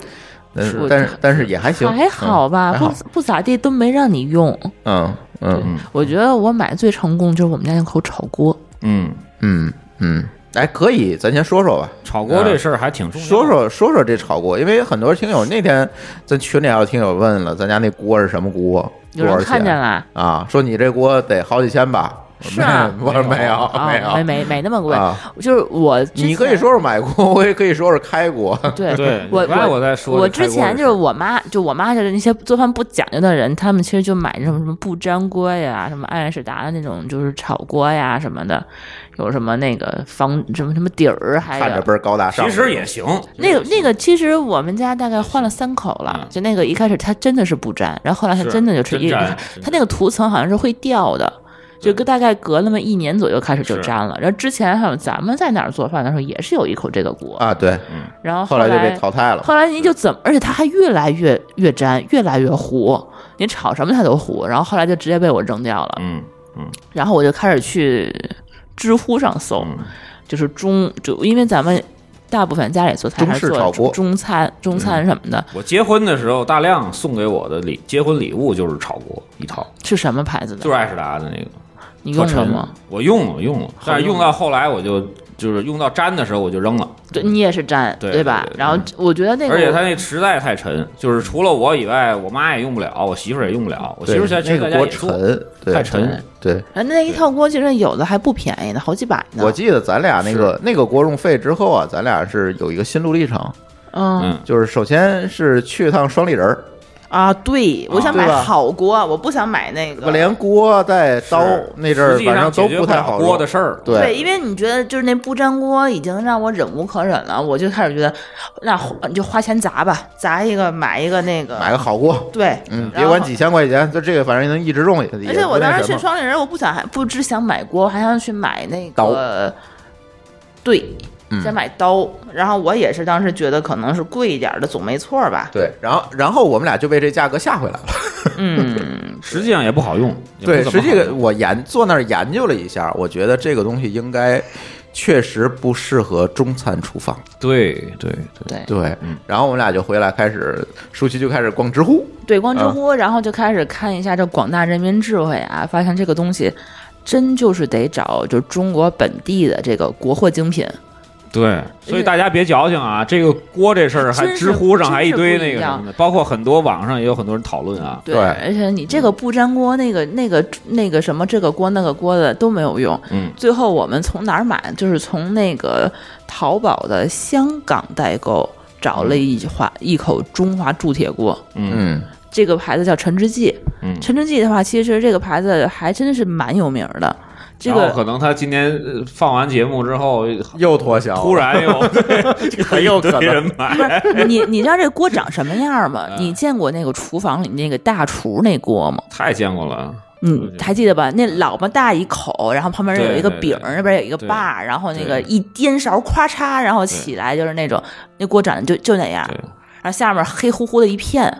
Speaker 3: 但
Speaker 4: 是
Speaker 3: 但是但是也还行，
Speaker 4: 还好吧，
Speaker 3: 嗯还
Speaker 4: 不
Speaker 3: 好，
Speaker 4: 不咋地，都没让你用。
Speaker 3: 嗯嗯
Speaker 4: 我觉得我买最成功就是我们家那口炒锅，
Speaker 5: 嗯，
Speaker 3: 嗯嗯，哎，可以，咱先说说吧。
Speaker 5: 炒锅这事儿还挺重要的。
Speaker 3: 嗯说说说说这炒锅，因为很多听友那天咱群里还有听友问了，咱家那锅是什么锅，
Speaker 4: 有
Speaker 3: 多少
Speaker 4: 人
Speaker 3: 钱
Speaker 4: 看见了
Speaker 3: 啊？说你这锅得好几千吧？
Speaker 4: 是啊
Speaker 3: 没我说没有
Speaker 4: 啊，
Speaker 3: 有
Speaker 4: 没没没那么贵
Speaker 3: 啊，
Speaker 4: 就是我之前
Speaker 3: 你可以说说买锅， 我也可以说说开锅。
Speaker 4: 对
Speaker 5: 对
Speaker 4: 我
Speaker 5: 你刚才我在说
Speaker 4: 我
Speaker 5: 这开
Speaker 4: 之
Speaker 5: 锅的
Speaker 4: 前
Speaker 5: 事
Speaker 4: 就是我妈，就我妈就是那些做饭不讲究的人，他们其实就买什么什么不粘锅呀，什么爱仕达的那种就是炒锅呀什么的，有什么那个防什么什么底儿，啊还
Speaker 3: 看着
Speaker 4: 有
Speaker 3: 倍。儿高大上，
Speaker 5: 其实也行，
Speaker 4: 那个那个，其实我们家大概换了三口了
Speaker 5: 嗯。
Speaker 4: 就那个一开始它真的是不粘，然后后来它
Speaker 5: 是
Speaker 4: 真的就吃
Speaker 5: 真
Speaker 4: 一，
Speaker 5: 粘
Speaker 4: 它那个涂层好像是会掉的，就大概隔那么一年左右开始就是粘了。然后之前还有咱们在哪儿做饭的时候也是有一口这个锅，
Speaker 3: 啊，对，
Speaker 4: 然后
Speaker 3: 后来就被淘汰了。
Speaker 4: 后来您就怎么，而且它还越来越越粘，越来越糊，您炒什么它都糊。然后后来就直接被我扔掉了。
Speaker 5: 嗯，
Speaker 4: 然后我就开始去知乎上
Speaker 5: 嗯
Speaker 4: 搜，就是中就因为咱们大部分家里做菜
Speaker 3: 中
Speaker 4: 还是
Speaker 3: 式
Speaker 4: 做
Speaker 3: 炒锅嗯
Speaker 4: 中餐、中餐什么的，
Speaker 5: 我结婚的时候，大亮送给我的礼结婚礼物就是炒锅一套，
Speaker 4: 是什么牌子的？
Speaker 5: 就是爱仕达的那个。
Speaker 4: 你用
Speaker 5: 特
Speaker 4: 了
Speaker 5: 沉
Speaker 4: 吗？？
Speaker 5: 我用了，用了，但是
Speaker 4: 用
Speaker 5: 用到后来我就就是用到粘的时候我就扔了，
Speaker 4: 对你也是粘，
Speaker 5: 嗯对
Speaker 4: 吧？
Speaker 5: 对对嗯
Speaker 4: 然后我觉得那个，
Speaker 5: 而且它那实在太沉，就是除了我以外，我妈也用不了，我媳妇儿也用不了，我媳
Speaker 3: 对
Speaker 5: 妇儿现在就
Speaker 3: 那个
Speaker 5: 在家
Speaker 3: 锅
Speaker 5: 也做，
Speaker 3: 沉，对
Speaker 5: 太沉。
Speaker 3: 对，
Speaker 4: 然后哎那一套锅其实有的还不便宜呢，好几百呢。
Speaker 3: 我记得咱俩那个那个锅用废之后啊，咱俩是有一个心路历程，
Speaker 4: 嗯
Speaker 5: 嗯
Speaker 3: 就是首先是去一趟双立人儿，
Speaker 4: 啊，对，我想买
Speaker 3: 对吧
Speaker 4: 好锅，我不想买那个
Speaker 3: 我连锅带刀
Speaker 5: 是
Speaker 3: 那阵儿，
Speaker 5: 实际
Speaker 3: 反正
Speaker 5: 上
Speaker 3: 都
Speaker 5: 解决不
Speaker 3: 不太
Speaker 5: 了
Speaker 3: 好
Speaker 5: 锅的
Speaker 3: 用。
Speaker 5: 事儿。
Speaker 3: 对
Speaker 4: 因为你觉得就是那不粘锅已经让我忍无可忍了，我就开始觉得，那花你就花钱砸吧，砸一个买一个那个，
Speaker 3: 买个好锅，
Speaker 4: 对，
Speaker 3: 嗯，
Speaker 4: 然
Speaker 3: 别管
Speaker 4: 后
Speaker 3: 几千块钱，就这个反正能一直用也。
Speaker 4: 而
Speaker 3: 也
Speaker 4: 且
Speaker 3: 不
Speaker 4: 我
Speaker 3: 那
Speaker 4: 当时
Speaker 3: 什
Speaker 4: 去
Speaker 3: 么
Speaker 4: 双立人，我不想还不只想买锅，还想去买那个对，
Speaker 3: 嗯
Speaker 4: 想买刀。然后我也是当时觉得可能是贵一点的总没错 吧。
Speaker 3: 对，然后然后我们俩就被这价格吓回来了。
Speaker 4: 嗯，
Speaker 5: 实际上也不好用。也
Speaker 3: 对，
Speaker 5: 不
Speaker 3: 实
Speaker 5: 怎么好
Speaker 3: 际
Speaker 5: 用
Speaker 3: 我研坐那儿研究了一下，我觉得这个东西应该确实不适合中餐厨房。
Speaker 5: 对对对，
Speaker 4: 对
Speaker 3: 对，
Speaker 5: 嗯
Speaker 3: 然后我们俩就回来开始，舒淇就开始逛知乎，
Speaker 4: 对，光
Speaker 3: 啊
Speaker 4: 知乎，然后就开始看一下这广大人民智慧啊，发现这个东西真就是得找就中国本地的这个国货精品，
Speaker 5: 对，所以大家别矫情啊！这个锅这事儿，还
Speaker 4: 真是
Speaker 5: 知乎上还一堆
Speaker 4: 真是不
Speaker 5: 那
Speaker 4: 一
Speaker 5: 个
Speaker 4: 样
Speaker 5: 什么的，包括很多网上也有很多人讨论啊。
Speaker 4: 对，
Speaker 3: 对
Speaker 4: 而且你这
Speaker 5: 嗯
Speaker 4: 个不粘锅，那个那个那个什么，这个锅那个锅的都没有用。
Speaker 5: 嗯，
Speaker 4: 最后我们从哪儿买？就是从那个淘宝的香港代购找了一华
Speaker 5: 嗯
Speaker 4: 一口中华铸铁锅，
Speaker 3: 嗯，
Speaker 4: 这个牌子叫陈之记。
Speaker 5: 嗯
Speaker 4: 陈之记的话，其实这个牌子还真是蛮有名儿的。这
Speaker 5: 然后 可
Speaker 4: 个
Speaker 5: 能他今天呃放完节目之后，
Speaker 3: 又脱销，
Speaker 5: 突然又
Speaker 3: 很有可能
Speaker 5: 一堆人买，
Speaker 4: 你你知道这锅长什么 样吗？
Speaker 5: 嗯
Speaker 4: 你见过那个厨房里那个大厨那锅吗？
Speaker 5: 太见过了。
Speaker 4: 嗯，还记得吧？那老么大一口，然后旁边有一个
Speaker 5: 对对
Speaker 4: 饼，
Speaker 5: 对
Speaker 4: 那边有一个
Speaker 5: 对
Speaker 4: 把，然后那个
Speaker 5: 对
Speaker 4: 一颠勺，咔嚓，然后起来就是那种那锅长得就就那样，
Speaker 5: 对
Speaker 4: 然后下面黑乎乎的一片，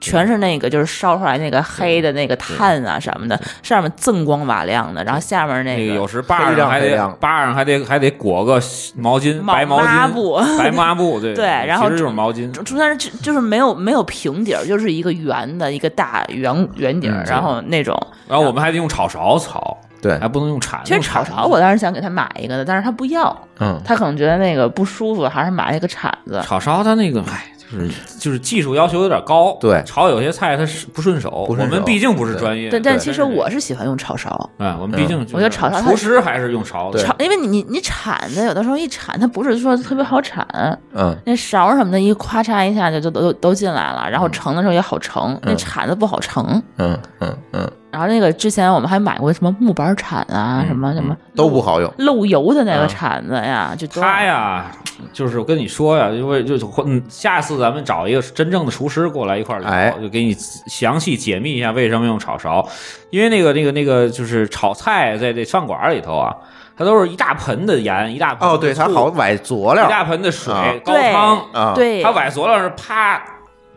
Speaker 4: 全是那个就是烧出来那个黑的那个炭啊什么的，上面锃光瓦亮的，然后下面那
Speaker 5: 那个有
Speaker 4: 个
Speaker 5: 时把
Speaker 3: 黑
Speaker 5: 上
Speaker 3: 亮
Speaker 5: 还
Speaker 3: 黑
Speaker 5: 得
Speaker 3: 亮
Speaker 5: 把上还得还得裹个毛巾，
Speaker 4: 毛
Speaker 5: 白毛
Speaker 4: 抹
Speaker 5: 巾、
Speaker 4: 布
Speaker 5: 白抹布，对
Speaker 4: 对然后
Speaker 5: 其实就是毛巾，
Speaker 4: 中间就就是没有没有平底儿，就是一个圆的一个大圆圆底儿，
Speaker 3: 嗯
Speaker 4: 然后那种。
Speaker 5: 然后我们还得用炒勺炒，
Speaker 3: 对
Speaker 5: 还，不能用铲子
Speaker 4: 其
Speaker 5: 铲。
Speaker 4: 实炒勺我当时想给他买一个的，但是他不要，
Speaker 3: 嗯，
Speaker 4: 他可能觉得那个不舒服，还是买了一个铲子。
Speaker 5: 炒勺它那个，哎，就是就是技术要求有点高，
Speaker 3: 对
Speaker 5: 炒有些菜它是不顺手，
Speaker 3: 不顺手
Speaker 5: 我们毕竟不是专业，
Speaker 4: 但但其实我
Speaker 5: 是，
Speaker 4: 是喜欢用炒勺，
Speaker 5: 嗯，我们毕竟就是
Speaker 4: 我觉得炒勺它
Speaker 5: 厨师还是用勺子
Speaker 3: 对
Speaker 4: 炒，因为你你你铲子有的时候一铲，它不是说特别好铲，
Speaker 3: 嗯，
Speaker 4: 那勺什么的一咔嚓一下就就都都进来了，
Speaker 5: 嗯
Speaker 4: 然后盛的时候也好盛，那
Speaker 3: 嗯
Speaker 4: 铲子不好盛。
Speaker 3: 嗯，嗯，嗯，
Speaker 4: 然后那个之前我们还买过什么木板铲啊，
Speaker 5: 嗯
Speaker 4: 什么什么
Speaker 3: 都不好用，
Speaker 4: 漏油的那个铲子呀，就都
Speaker 5: 他嗯呀，就是我跟你说呀，因为就是嗯，下次咱们找一个真正的厨师过来一块儿聊，
Speaker 3: 哎
Speaker 5: 就给你详细解密一下为什么用炒勺，因为那个那个那个就是炒菜在这饭馆里头啊，它都是一大盆的盐，一大盆
Speaker 3: 哦，
Speaker 5: 的
Speaker 3: 对，它
Speaker 5: 醋
Speaker 3: 好崴佐
Speaker 5: 一
Speaker 3: 料
Speaker 5: 大盆的水、
Speaker 3: 啊
Speaker 5: 高汤，
Speaker 3: 啊，
Speaker 4: 对
Speaker 5: 它崴佐料是啪，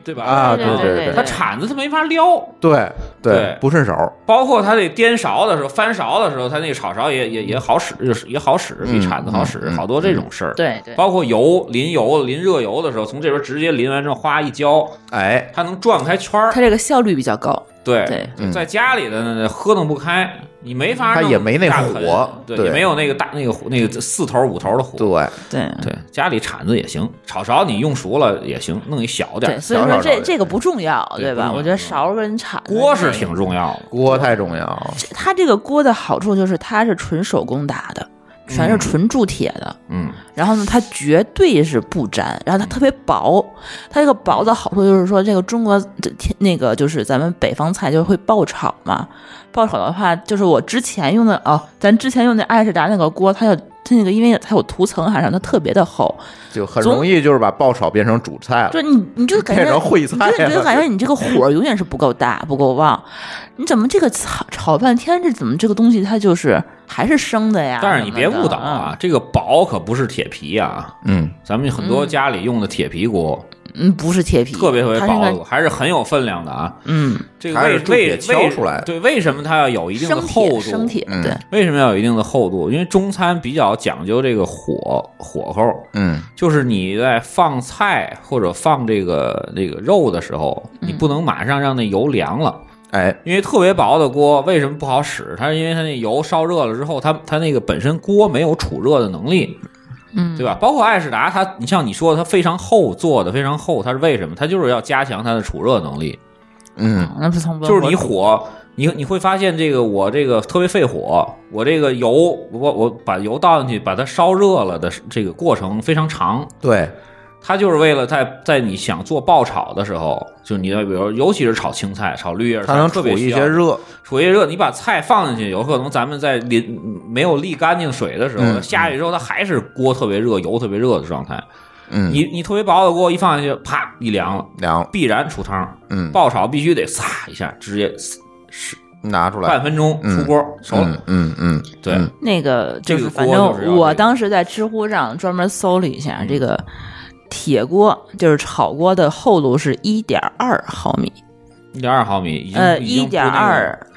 Speaker 5: 对吧？
Speaker 3: 啊，
Speaker 4: 对
Speaker 3: 对
Speaker 4: 对对
Speaker 3: 对
Speaker 5: 它铲子它没法撩，
Speaker 3: 对
Speaker 5: 对
Speaker 3: 不顺手，
Speaker 5: 包括它得颠勺的时候、翻勺的时候，它那个炒勺也也也好使，也好使，比铲子好使，
Speaker 3: 嗯嗯
Speaker 5: 好多这种事儿。
Speaker 4: 对对
Speaker 5: 包括油淋油淋热油的时候，从这边直接淋完之后，哗一浇，
Speaker 3: 哎，
Speaker 5: 它能转开圈儿
Speaker 4: 它。这个效率比较高。
Speaker 5: 对
Speaker 4: 对
Speaker 3: 嗯
Speaker 5: 在家里的呢喝弄不开，你没法弄大
Speaker 3: 它
Speaker 5: 盆，
Speaker 3: 也没那火
Speaker 5: 对，
Speaker 3: 对
Speaker 5: 也没有那个大那个火那个四头五头的火。
Speaker 3: 对，
Speaker 4: 对
Speaker 5: 对，家里铲子也行，炒勺你用熟了也行，弄一小点
Speaker 4: 对，
Speaker 5: 儿。
Speaker 4: 所以
Speaker 3: 勺
Speaker 4: 说
Speaker 3: 勺勺
Speaker 4: 这
Speaker 3: 的
Speaker 4: 这个不重要，
Speaker 5: 对
Speaker 4: 对
Speaker 5: 不重
Speaker 4: 吧？
Speaker 5: 要
Speaker 4: 我觉得勺跟铲子
Speaker 5: 锅是
Speaker 4: 那个
Speaker 5: 挺重要的，
Speaker 3: 锅太重要，
Speaker 4: 它这个锅的好处就是它是纯手工打的，全是纯铸铁的。
Speaker 5: 嗯，
Speaker 4: 然后呢，它绝对是不粘，然后它特别薄。它这个薄的好处就是说，这个中国这天那个就是咱们北方菜就是会爆炒嘛。爆炒的话，就是我之前用的哦，咱之前用的爱仕达那个锅，它有它那个因为它有涂层还是什么，它特别的厚。
Speaker 3: 就很
Speaker 4: 总
Speaker 3: 容易就是把爆炒变成主菜了，
Speaker 4: 就你，你就感觉
Speaker 3: 变成烩菜
Speaker 4: 你就你就
Speaker 3: 了
Speaker 4: 感觉你这个火儿永远是不够大、不够旺。你怎么这个炒炒半天，这怎么这个东西它就是还是生的呀？
Speaker 5: 但是你别
Speaker 4: 什么的
Speaker 5: 误导啊，！这个薄可不是铁皮啊，
Speaker 3: 嗯，
Speaker 5: 咱们很多家里用的铁皮锅，
Speaker 4: 嗯，不是铁皮，
Speaker 5: 特别特别
Speaker 4: 它是
Speaker 5: 薄
Speaker 4: 个
Speaker 5: 的，还是很有分量的啊。
Speaker 4: 嗯，
Speaker 5: 这个
Speaker 3: 还
Speaker 5: 为
Speaker 3: 是铸铁
Speaker 5: 为
Speaker 3: 敲出来的
Speaker 5: 对，为什么它要有一定的
Speaker 4: 生
Speaker 5: 厚
Speaker 4: 铁，
Speaker 5: 度？
Speaker 4: 生铁，
Speaker 3: 嗯
Speaker 4: 对，
Speaker 5: 为什么要有一定的厚度？因为中餐比较讲究这个火火候，
Speaker 3: 嗯，
Speaker 5: 就是你在放菜或者放这个这个肉的时候，你
Speaker 4: 嗯
Speaker 5: 不能马上让那油凉了。
Speaker 3: 哎，
Speaker 5: 因为特别薄的锅为什么不好使？它是因为它那油烧热了之后，它它那个本身锅没有储热的能力，
Speaker 4: 嗯
Speaker 5: 对吧？包括爱仕达，它你像你说的，它非常厚做的，非常厚，它是为什么？它就是要加强它的储热能力，
Speaker 3: 嗯，
Speaker 4: 那不从
Speaker 5: 就是你火。你你会发现这个我这个特别费火，我这个油我我把油倒进去，把它烧热了的这个过程非常长，
Speaker 3: 对，
Speaker 5: 它就是为了在在你想做爆炒的时候，就你要比如尤其是炒青菜、炒绿叶菜，
Speaker 3: 它能
Speaker 5: 特
Speaker 3: 储
Speaker 5: 别
Speaker 3: 一
Speaker 5: 需要
Speaker 3: 些热，
Speaker 5: 储一热，你把菜放进去，有可能咱们在淋没有沥干净水的时候，
Speaker 3: 嗯
Speaker 5: 下去之后它还是锅特别热、油特别热的状态。
Speaker 3: 嗯，
Speaker 5: 你你特别薄的锅一放下去，啪一凉了，
Speaker 3: 凉，
Speaker 5: 必然出汤。
Speaker 3: 嗯，
Speaker 5: 爆炒必须得撒一下，直接是
Speaker 3: 拿出来
Speaker 5: 半，分钟
Speaker 3: 嗯
Speaker 5: 出锅熟
Speaker 3: 嗯
Speaker 5: 了。
Speaker 3: 嗯嗯，
Speaker 5: 对
Speaker 3: 嗯
Speaker 4: 那个就
Speaker 5: 这
Speaker 4: 是，
Speaker 5: 个锅
Speaker 4: 反
Speaker 5: 就是要
Speaker 4: 正
Speaker 5: 这
Speaker 4: 我
Speaker 5: 个嗯
Speaker 4: 当时在知乎上专门搜了一下，这个铁锅就是炒锅的厚度是一点二毫米，
Speaker 5: 一点二毫米，已经
Speaker 4: 呃，
Speaker 5: 已经
Speaker 4: 一
Speaker 5: 不
Speaker 4: 点
Speaker 5: 那个
Speaker 4: 二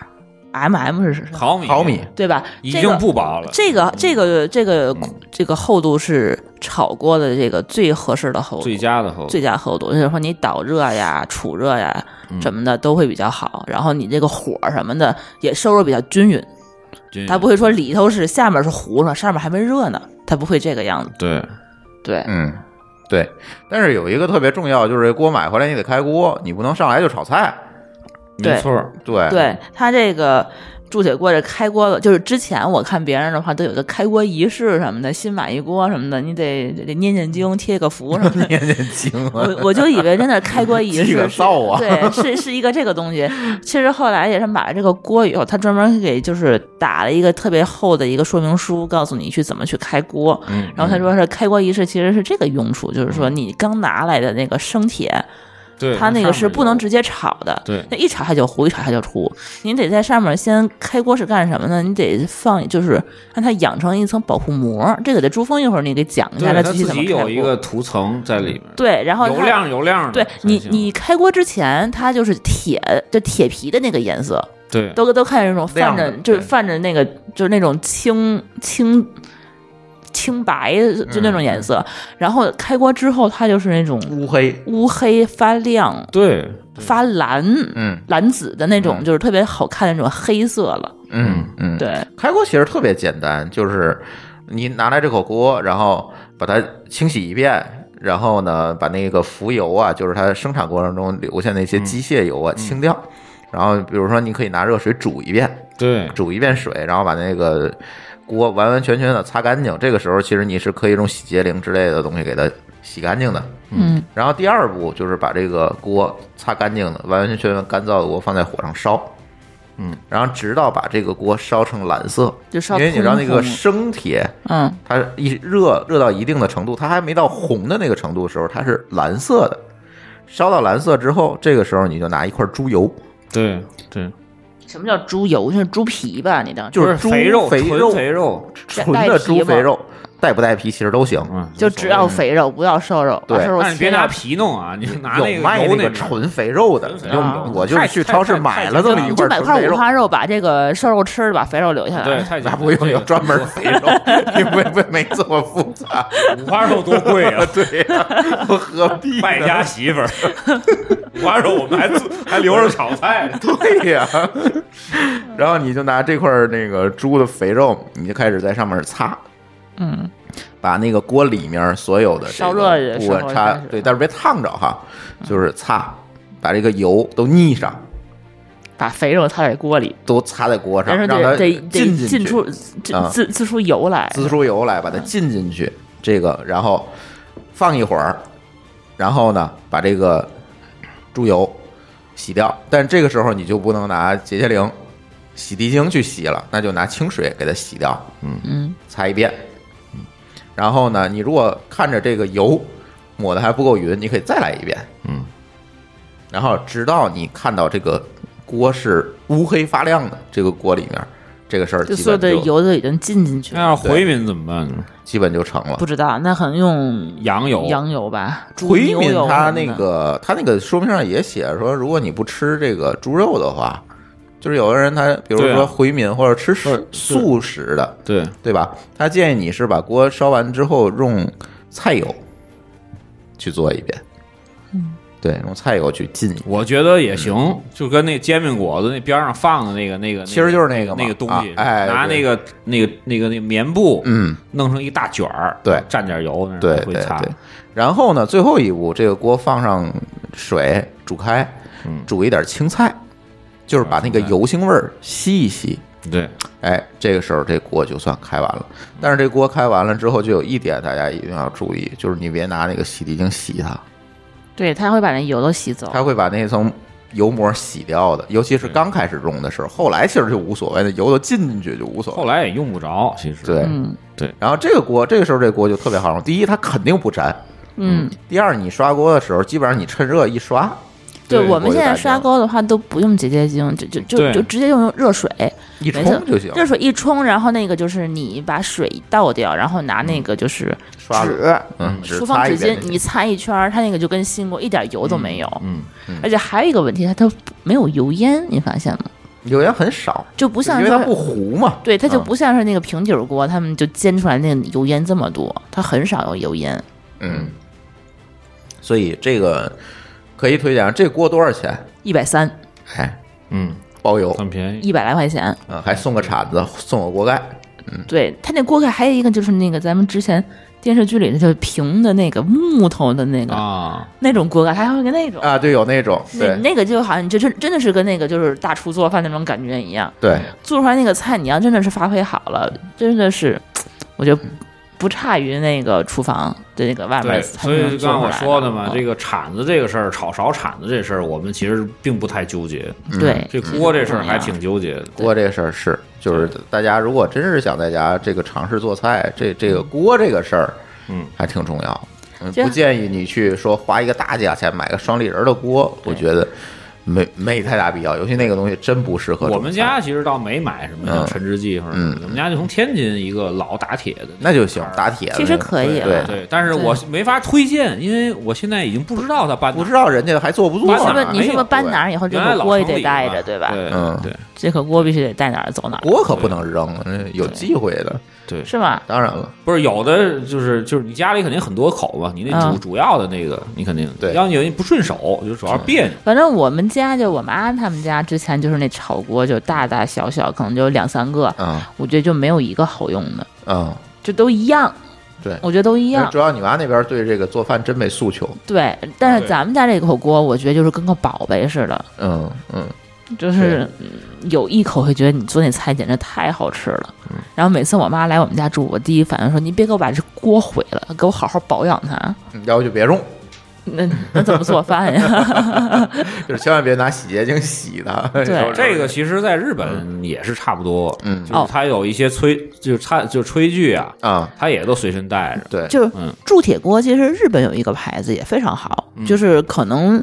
Speaker 4: mm 是什么？
Speaker 5: 毫米
Speaker 3: 毫米
Speaker 4: 对吧？
Speaker 5: 已
Speaker 4: 这
Speaker 5: 经
Speaker 4: 个
Speaker 5: 不嗯薄了。
Speaker 4: 这个这个这个这个厚度是炒锅的这个最合适的厚度，
Speaker 5: 最佳的厚度
Speaker 4: 最佳厚度，就是说你导热呀、储热呀
Speaker 5: 嗯
Speaker 4: 什么的都会比较好，然后你这个火什么的也收入比较均匀，
Speaker 3: 嗯
Speaker 5: 均匀
Speaker 4: 它不会说里头是下面是糊了，上面还没热呢，它不会这个样子。
Speaker 5: 对，
Speaker 4: 对，
Speaker 3: 嗯，对。但是有一个特别重要，就是锅买回来你得开锅，你不能上来就炒菜。
Speaker 4: 对
Speaker 5: 没错儿，
Speaker 3: 对，
Speaker 4: 对它这个铸铁锅这开锅，就是之前我看别人的话都有个开锅仪式什么的，新买一锅什么的，你得得念念经、贴个符什 么的。
Speaker 3: 念念经啊，
Speaker 4: 我我就以为真的开锅 仪
Speaker 3: 祭
Speaker 4: 式
Speaker 3: 个
Speaker 4: 是
Speaker 3: 灶啊
Speaker 4: 对，是 是一个这个东西。其实后来也是买了这个锅以后，他专门给就是打了一个特别厚的一个说明书，告诉你去怎么去开锅。
Speaker 5: 嗯，
Speaker 4: 然后他说是开锅仪式，其实是这个用处，就是说你刚拿来的那个生铁，
Speaker 5: 对，
Speaker 4: 它那个是不能
Speaker 5: 直
Speaker 4: 直接炒的，
Speaker 5: 对
Speaker 4: 那一炒它就糊，一炒它就糊。你得在上面先开锅是干什么呢？你得放，就是让它养成一层保护膜。这个得珠峰一会儿你给讲一下，
Speaker 5: 对它
Speaker 4: 具体
Speaker 5: 自
Speaker 4: 怎么
Speaker 5: 己
Speaker 4: 开锅
Speaker 5: 有一个涂层在里面，
Speaker 4: 对，然后
Speaker 5: 油
Speaker 4: 它
Speaker 5: 亮油亮的
Speaker 4: 对
Speaker 5: 才行，
Speaker 4: 你，你开锅之前，它就是铁，就铁皮的那个颜色，
Speaker 5: 对
Speaker 4: 都都看那种泛
Speaker 3: 亮的
Speaker 4: 着，就是
Speaker 3: 对
Speaker 4: 泛着那个，就是那种青青青白，就那种颜色。然后开锅之后，它就是那种
Speaker 3: 乌黑，
Speaker 4: 乌黑发亮、
Speaker 5: 对
Speaker 4: 发蓝、
Speaker 3: 嗯
Speaker 4: 蓝紫的那种，
Speaker 3: 嗯
Speaker 4: 就是特别好看的那种黑色了。
Speaker 3: 嗯嗯，
Speaker 4: 对
Speaker 3: 开锅其实特别简单，就是你拿来这口锅，然后把它清洗一遍，然后呢，把那个浮油啊，就是它生产过程中留下那些机械油啊，清掉。然后比如说，你可以拿热水煮一遍，
Speaker 5: 对
Speaker 3: 煮一遍水，然后把那个锅完完全全的擦干净。这个时候，其实你是可以用洗洁灵之类的东西给它洗干净的。
Speaker 4: 嗯，
Speaker 3: 然后第二步就是把这个锅擦干净的、完完全全干燥的锅放在火上烧，
Speaker 5: 嗯，
Speaker 3: 然后直到把这个锅烧成蓝色，
Speaker 4: 就烧
Speaker 3: 因为你知道那
Speaker 4: 通
Speaker 3: 个
Speaker 4: 红了
Speaker 3: 生铁，
Speaker 4: 嗯，
Speaker 3: 它一热热到一定的程度，它还没到红的那个程度的时候，它是蓝色的。烧到蓝色之后，这个时候你就拿一块猪油，
Speaker 5: 对对，
Speaker 4: 什么叫猪油？就是猪皮吧？你当时
Speaker 3: 就
Speaker 5: 不是
Speaker 3: 猪
Speaker 5: 肥肉
Speaker 3: 肥
Speaker 5: 纯
Speaker 3: 肉
Speaker 5: 肥肉，
Speaker 3: 纯的猪肥肉，带不带皮其实都行。
Speaker 5: 嗯，
Speaker 4: 就
Speaker 5: 无所
Speaker 4: 只要
Speaker 5: 谓。
Speaker 4: 肥肉，不要瘦肉，把
Speaker 3: 对
Speaker 4: 瘦肉
Speaker 5: 但是别
Speaker 4: 切
Speaker 5: 拿
Speaker 4: 掉
Speaker 5: 皮弄啊，你就拿那
Speaker 3: 有
Speaker 5: 个
Speaker 3: 卖
Speaker 5: 油
Speaker 3: 那
Speaker 5: 那
Speaker 3: 个
Speaker 5: 种
Speaker 3: 纯肥肉的，
Speaker 5: 纯肥
Speaker 3: 你
Speaker 5: 肉
Speaker 3: 就
Speaker 5: 啊
Speaker 3: 我就是
Speaker 5: 太
Speaker 3: 去
Speaker 5: 太
Speaker 3: 超市
Speaker 5: 太
Speaker 3: 买
Speaker 5: 太
Speaker 3: 了这
Speaker 5: 精
Speaker 3: 么
Speaker 5: 了
Speaker 3: 一
Speaker 4: 你就
Speaker 3: 块
Speaker 4: 买
Speaker 3: 纯
Speaker 4: 块
Speaker 3: 肥
Speaker 4: 五
Speaker 3: 肉，
Speaker 4: 花肉，把这个瘦肉吃了，把肥肉留下来。
Speaker 5: 对，太
Speaker 3: 那不用有专门肥 肉，你不不没这么复杂，
Speaker 5: 五花肉多贵 啊！
Speaker 3: 对呀、何 必呢？
Speaker 5: 败家媳 妇儿，五花肉我们还做还留着炒菜呢。
Speaker 3: 对呀、 然后你就拿这块儿那个猪的肥肉，你就开始在上面擦，
Speaker 4: 嗯，
Speaker 3: 把那个锅里面所有的这
Speaker 4: 烧
Speaker 3: 个
Speaker 4: 热也
Speaker 3: 部
Speaker 4: 烧
Speaker 3: 分
Speaker 4: 热
Speaker 3: 擦
Speaker 4: 开始，
Speaker 3: 对，但是别烫着哈，就是擦，把这个油都腻上，
Speaker 4: 把肥肉擦在锅里，
Speaker 3: 都擦在锅上，
Speaker 4: 然后
Speaker 3: 让
Speaker 4: 得
Speaker 3: 它
Speaker 4: 得
Speaker 3: 进去
Speaker 4: 得进出
Speaker 3: 啊
Speaker 4: 滋滋出油来。
Speaker 3: 滋出油来，把它
Speaker 4: 嗯
Speaker 3: 浸进去，这个然后放一会儿，然后呢把这个猪油洗掉，但这个时候你就不能拿洁洁灵、洗涤精去洗了，那就拿清水给它洗掉，
Speaker 4: 嗯，
Speaker 3: 擦一遍。嗯然后呢，你如果看着这个油抹的还不够匀，你可以再来一遍，
Speaker 5: 嗯，
Speaker 3: 然后直到你看到这个锅是乌黑发亮的，这个锅里面这个事儿
Speaker 4: 就
Speaker 3: 基
Speaker 4: 所有
Speaker 3: 本
Speaker 4: 的
Speaker 3: 就啊
Speaker 4: 油都已经浸进去
Speaker 5: 那
Speaker 4: 了。
Speaker 5: 要回民怎么办呢？
Speaker 3: 基本就成了
Speaker 4: 不。知道，那可能用
Speaker 5: 羊油
Speaker 4: 羊油吧，猪
Speaker 3: 回
Speaker 4: 牛
Speaker 3: 民
Speaker 4: 油
Speaker 3: 他
Speaker 4: 什么
Speaker 3: 那
Speaker 4: 的
Speaker 3: 个他那个说明上也写说，如果你不吃这个猪肉的话，就是有的人他比如
Speaker 5: 对啊
Speaker 3: 说回民或者吃
Speaker 5: 或者
Speaker 3: 食素食的，
Speaker 5: 对，
Speaker 3: 对吧？他建议你是把锅烧完之后用菜油去做一遍，嗯，对，用菜油去浸一。
Speaker 5: 我觉得也行，就跟那煎饼果子那边上放的那个那个，
Speaker 3: 嗯其实就是那
Speaker 5: 那
Speaker 3: 个嘛
Speaker 5: 那个东西，
Speaker 3: 啊哎
Speaker 5: 拿
Speaker 3: 对
Speaker 5: 那个那个那个那个棉布，
Speaker 3: 嗯，
Speaker 5: 弄成一大卷儿，
Speaker 3: 对
Speaker 5: 蘸点油，那
Speaker 3: 对
Speaker 5: 会
Speaker 3: 对
Speaker 5: 擦。
Speaker 3: 对。然后呢，最后一步，这个锅放上水煮开，
Speaker 5: 嗯啊
Speaker 3: 煮一点青菜，就是把那个
Speaker 5: 青菜
Speaker 3: 油腥味儿吸一吸，
Speaker 5: 对，
Speaker 3: 哎，这个时候这锅就算开完了。但是这锅开完了之后，就有一点大家一定要注意，就是你别拿那个洗涤精洗它，
Speaker 5: 哦
Speaker 4: 对，它会把那油都吸走。
Speaker 3: 它会把那层油膜洗掉的。尤其是刚开始用的时候，后来其实就无所谓了，油都浸进去就无所
Speaker 5: 后
Speaker 3: 谓。
Speaker 5: 来也用不着，其实
Speaker 3: 对，
Speaker 4: 嗯
Speaker 3: 然后这个锅，这个时候这锅就特别好用。第一，它肯定不粘；
Speaker 4: 嗯，
Speaker 3: 第二，你刷锅的时候，基本上你趁热一刷，
Speaker 4: 对，
Speaker 5: 对
Speaker 4: 我们
Speaker 3: 我就
Speaker 4: 现
Speaker 3: 感
Speaker 4: 在
Speaker 3: 觉
Speaker 4: 刷膏的话都不用洁洁精，就就就
Speaker 5: 对
Speaker 4: 就直接用热水，
Speaker 3: 一
Speaker 4: 没错
Speaker 3: 冲就行，
Speaker 4: 热水一冲，然后那个就是你把水倒掉，然后拿那个就是
Speaker 3: 刷
Speaker 4: 纸，
Speaker 3: 了嗯，只
Speaker 4: 厨
Speaker 3: 嗯
Speaker 4: 房
Speaker 3: 擦一
Speaker 4: 纸巾
Speaker 3: 遍就行
Speaker 4: 你擦一圈儿，它那个就跟新锅一点油都没有。
Speaker 3: 嗯，
Speaker 4: 而且还有一个问题，它它没有油烟，你发现吗？
Speaker 3: 油烟很少，
Speaker 4: 就不像
Speaker 3: 因为它
Speaker 4: 说
Speaker 3: 不糊嘛。
Speaker 4: 对，它就
Speaker 3: 嗯
Speaker 4: 不像是那个平底儿锅，他们就煎出来那个油烟这么多，它很少有油烟。
Speaker 3: 嗯，所以这个可以推荐。这锅多少钱？
Speaker 4: 一百三，
Speaker 3: 哎，
Speaker 5: 嗯，
Speaker 3: 包邮，
Speaker 5: 很便宜。
Speaker 4: 一百来块钱。
Speaker 3: 嗯，还送个铲子，送个锅盖。
Speaker 5: 嗯
Speaker 4: 对，它那锅盖还有一个就是那个咱们之前电视剧里的就平的那个木头的那个、
Speaker 5: 啊，
Speaker 4: 那种锅盖，它还有个那种。
Speaker 3: 啊，对，有那种，
Speaker 4: 那
Speaker 3: 对
Speaker 4: 那个就好像就真真的是跟那个就是大厨做饭那种感觉一样，
Speaker 3: 对，
Speaker 4: 做出来那个菜，你要真的是发挥好了，真的是，我觉得不差于那个厨房的那个外面
Speaker 5: 嗯对，
Speaker 4: 餐
Speaker 5: 所以
Speaker 4: 厅
Speaker 5: 就
Speaker 4: 做出
Speaker 5: 刚
Speaker 4: 来
Speaker 5: 刚我说的嘛，
Speaker 4: 嗯
Speaker 5: 这个铲子这个事儿，炒勺铲子这事儿，我们其实并不太纠结。
Speaker 4: 对
Speaker 5: 这
Speaker 3: 嗯
Speaker 5: 锅这事儿还挺纠结的。
Speaker 3: 锅这个事儿是，就是大家如果真是想在家这个尝试做菜，这这个锅这个事儿，
Speaker 5: 嗯，
Speaker 3: 还挺重要。嗯，
Speaker 4: 这
Speaker 3: 不建议你去说花一个大价钱买个双立人的锅，我觉得没没太大必要，尤其那个东西真不适合
Speaker 5: 我
Speaker 3: 中
Speaker 5: 们
Speaker 3: 餐
Speaker 5: 家其实倒没买什么像
Speaker 3: 嗯
Speaker 5: 陈汁记或者什么的，我们家就从天津一个老打铁的
Speaker 3: 那就行，打铁的
Speaker 4: 其实可以
Speaker 3: 对
Speaker 4: 了，
Speaker 5: 对，但是我没法推荐，因为我现在已经不知道他搬哪儿
Speaker 3: 不知道人家还做不做
Speaker 5: 搬
Speaker 3: 呢，
Speaker 5: 哪
Speaker 4: 是
Speaker 5: 儿
Speaker 4: 不是你是不是搬
Speaker 3: 对
Speaker 4: 哪儿以后这
Speaker 5: 原来
Speaker 4: 个
Speaker 5: 老
Speaker 4: 锅也
Speaker 5: 城
Speaker 4: 得
Speaker 5: 里
Speaker 4: 带
Speaker 5: 嘛
Speaker 4: 着，对吧？
Speaker 5: 对
Speaker 3: 嗯
Speaker 5: 对
Speaker 4: 这个锅必须得带哪儿走哪儿，
Speaker 3: 锅可不能扔，嗯有机会的。
Speaker 5: 对，
Speaker 4: 是吧？
Speaker 3: 当然了，
Speaker 5: 不是有的就是就是你家里肯定很多口嘛，你那主
Speaker 4: 嗯
Speaker 5: 主要的那个你肯定
Speaker 3: 对
Speaker 5: 要你有人不顺手，就主要是别扭。
Speaker 4: 反正我们家就我妈他们家之前就是那炒锅，就大大小小可能就两三个，
Speaker 3: 嗯
Speaker 4: 我觉得就没有一个好用的，
Speaker 3: 嗯，
Speaker 4: 就都一样，
Speaker 3: 对。
Speaker 4: 我觉得都一样
Speaker 3: 主。要你妈那边对这个做饭真没诉求，
Speaker 4: 对，但是
Speaker 5: 对
Speaker 4: 咱们家这口锅，我觉得就是跟个宝贝似的，
Speaker 3: 嗯嗯，
Speaker 4: 就是嗯有一口会觉得你做那菜简直太好吃了。
Speaker 5: 嗯
Speaker 4: 然后每次我妈来我们家住，我第一反应说：“你别给我把这锅毁了，给我好好保养它。
Speaker 3: 嗯要不就别用，
Speaker 4: 那”那怎么做饭呀？
Speaker 3: 就是千万别拿洗洁精洗它。
Speaker 4: 对
Speaker 5: 这个其实在日本也是差不多，
Speaker 3: 嗯
Speaker 4: 哦
Speaker 5: 就是它有一些炊，就是它就是炊具啊，
Speaker 3: 啊，
Speaker 5: 它也都随身带着。
Speaker 3: 对，
Speaker 4: 就是
Speaker 5: 嗯
Speaker 4: 铸铁锅，其实日本有一个牌子也非常好，
Speaker 3: 嗯
Speaker 4: 就是可能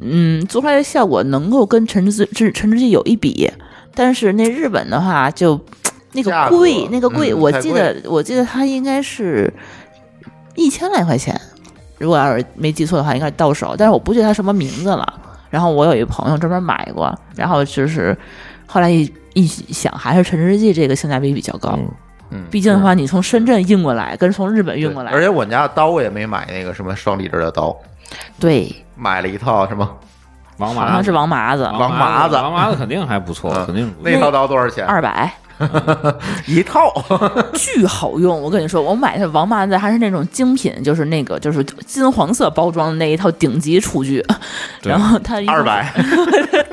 Speaker 4: 嗯做出来的效果能够跟陈汁陈陈汁记有一比，但是那日本的话就那
Speaker 3: 价
Speaker 4: 个
Speaker 3: 格
Speaker 4: 贵，那个贵，
Speaker 3: 嗯
Speaker 4: 我
Speaker 3: 太
Speaker 4: 记
Speaker 3: 贵
Speaker 4: 得我记得它应该是一千来块钱，如果要是没记错的话，应该是到手，但是我不记得它什么名字了。然后我有一个朋友专门买过，然后就是后来一一想，还是陈汁记这个性价比比较高。
Speaker 3: 嗯
Speaker 4: 毕竟的话，你从深圳运过来，跟从日本运过来，
Speaker 3: 而且我们家刀也没买那个什么双立人的刀，
Speaker 4: 对，
Speaker 3: 买了一套什么
Speaker 5: 王
Speaker 4: 好
Speaker 5: 麻
Speaker 4: 像
Speaker 5: 子
Speaker 4: 是，王麻子，
Speaker 3: 王麻子
Speaker 5: 王麻子肯定还不错，
Speaker 3: 嗯
Speaker 5: 肯定不错
Speaker 3: 那套刀多少钱？
Speaker 4: 二百，
Speaker 3: 一套，
Speaker 4: 巨好用。我跟你说，我买的王麻子还是那种精品，就是那个就是金黄色包装的那一套顶级厨具。
Speaker 5: 对
Speaker 4: 然后它一共
Speaker 3: 二，百，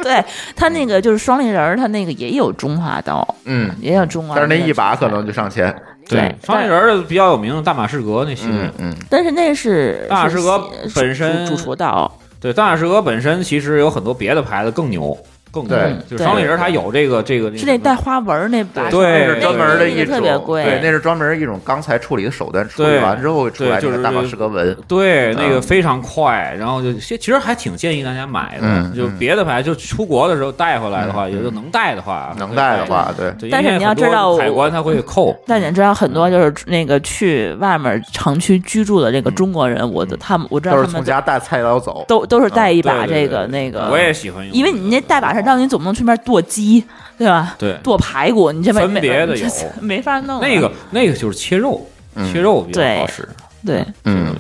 Speaker 4: 对它那个就是双立人儿，它那个也有中华刀，
Speaker 3: 嗯，
Speaker 4: 也有中华
Speaker 3: 但
Speaker 4: 的
Speaker 3: 是
Speaker 4: 种菜。
Speaker 3: 那一把可能就上千，
Speaker 4: 对
Speaker 5: 双立人儿的比较有名的大马士革那些人，
Speaker 3: 嗯嗯，
Speaker 4: 但是那是
Speaker 5: 大
Speaker 4: 是
Speaker 5: 适合
Speaker 4: 是
Speaker 5: 本身
Speaker 4: 主厨刀，
Speaker 5: 对，大马士革本身其实有很多别的牌子更牛，更牛
Speaker 3: 对。
Speaker 5: 就是双立人儿它有这个这个
Speaker 4: 是那
Speaker 5: 带
Speaker 4: 带花纹儿那把，
Speaker 5: 对
Speaker 3: 嗯那是专门的
Speaker 4: 那个
Speaker 3: 一种，
Speaker 4: 特别贵
Speaker 3: 对，那是专门一种钢材处理的手段，处理
Speaker 5: 对
Speaker 3: 完之后会出来
Speaker 5: 对就是
Speaker 3: 那个大马士革纹，
Speaker 5: 对，那个
Speaker 3: 嗯
Speaker 5: 非常快，然后就其其实还挺建议大家买的，
Speaker 3: 嗯
Speaker 5: 就
Speaker 3: 嗯
Speaker 5: 别的牌，就出国的时候带回来的话，也就能带的话，
Speaker 3: 能带的话，对，
Speaker 5: 对，
Speaker 4: 但是
Speaker 5: 因为
Speaker 4: 你要
Speaker 5: 很多
Speaker 4: 知道
Speaker 5: 海关它会扣，
Speaker 4: 但你知道很多就是那个去外面城区居住的这个
Speaker 5: 嗯
Speaker 4: 中国人，我的他们我知道
Speaker 3: 都
Speaker 4: 他
Speaker 3: 是
Speaker 4: 们
Speaker 3: 从家带菜刀走，
Speaker 4: 都都是带一
Speaker 5: 对
Speaker 4: 把
Speaker 5: 啊对
Speaker 4: 这
Speaker 5: 对
Speaker 4: 个
Speaker 5: 对
Speaker 4: 那个，
Speaker 5: 我也喜欢用，
Speaker 4: 呃因为你那带把式，让你总不能去那边剁鸡，对吧？
Speaker 5: 对
Speaker 4: 剁排骨，你这边
Speaker 5: 分别的
Speaker 4: 没
Speaker 5: 有
Speaker 4: 没法弄啊。
Speaker 5: 那个那个就是切肉，切肉比较好使，
Speaker 4: 对，
Speaker 3: 嗯，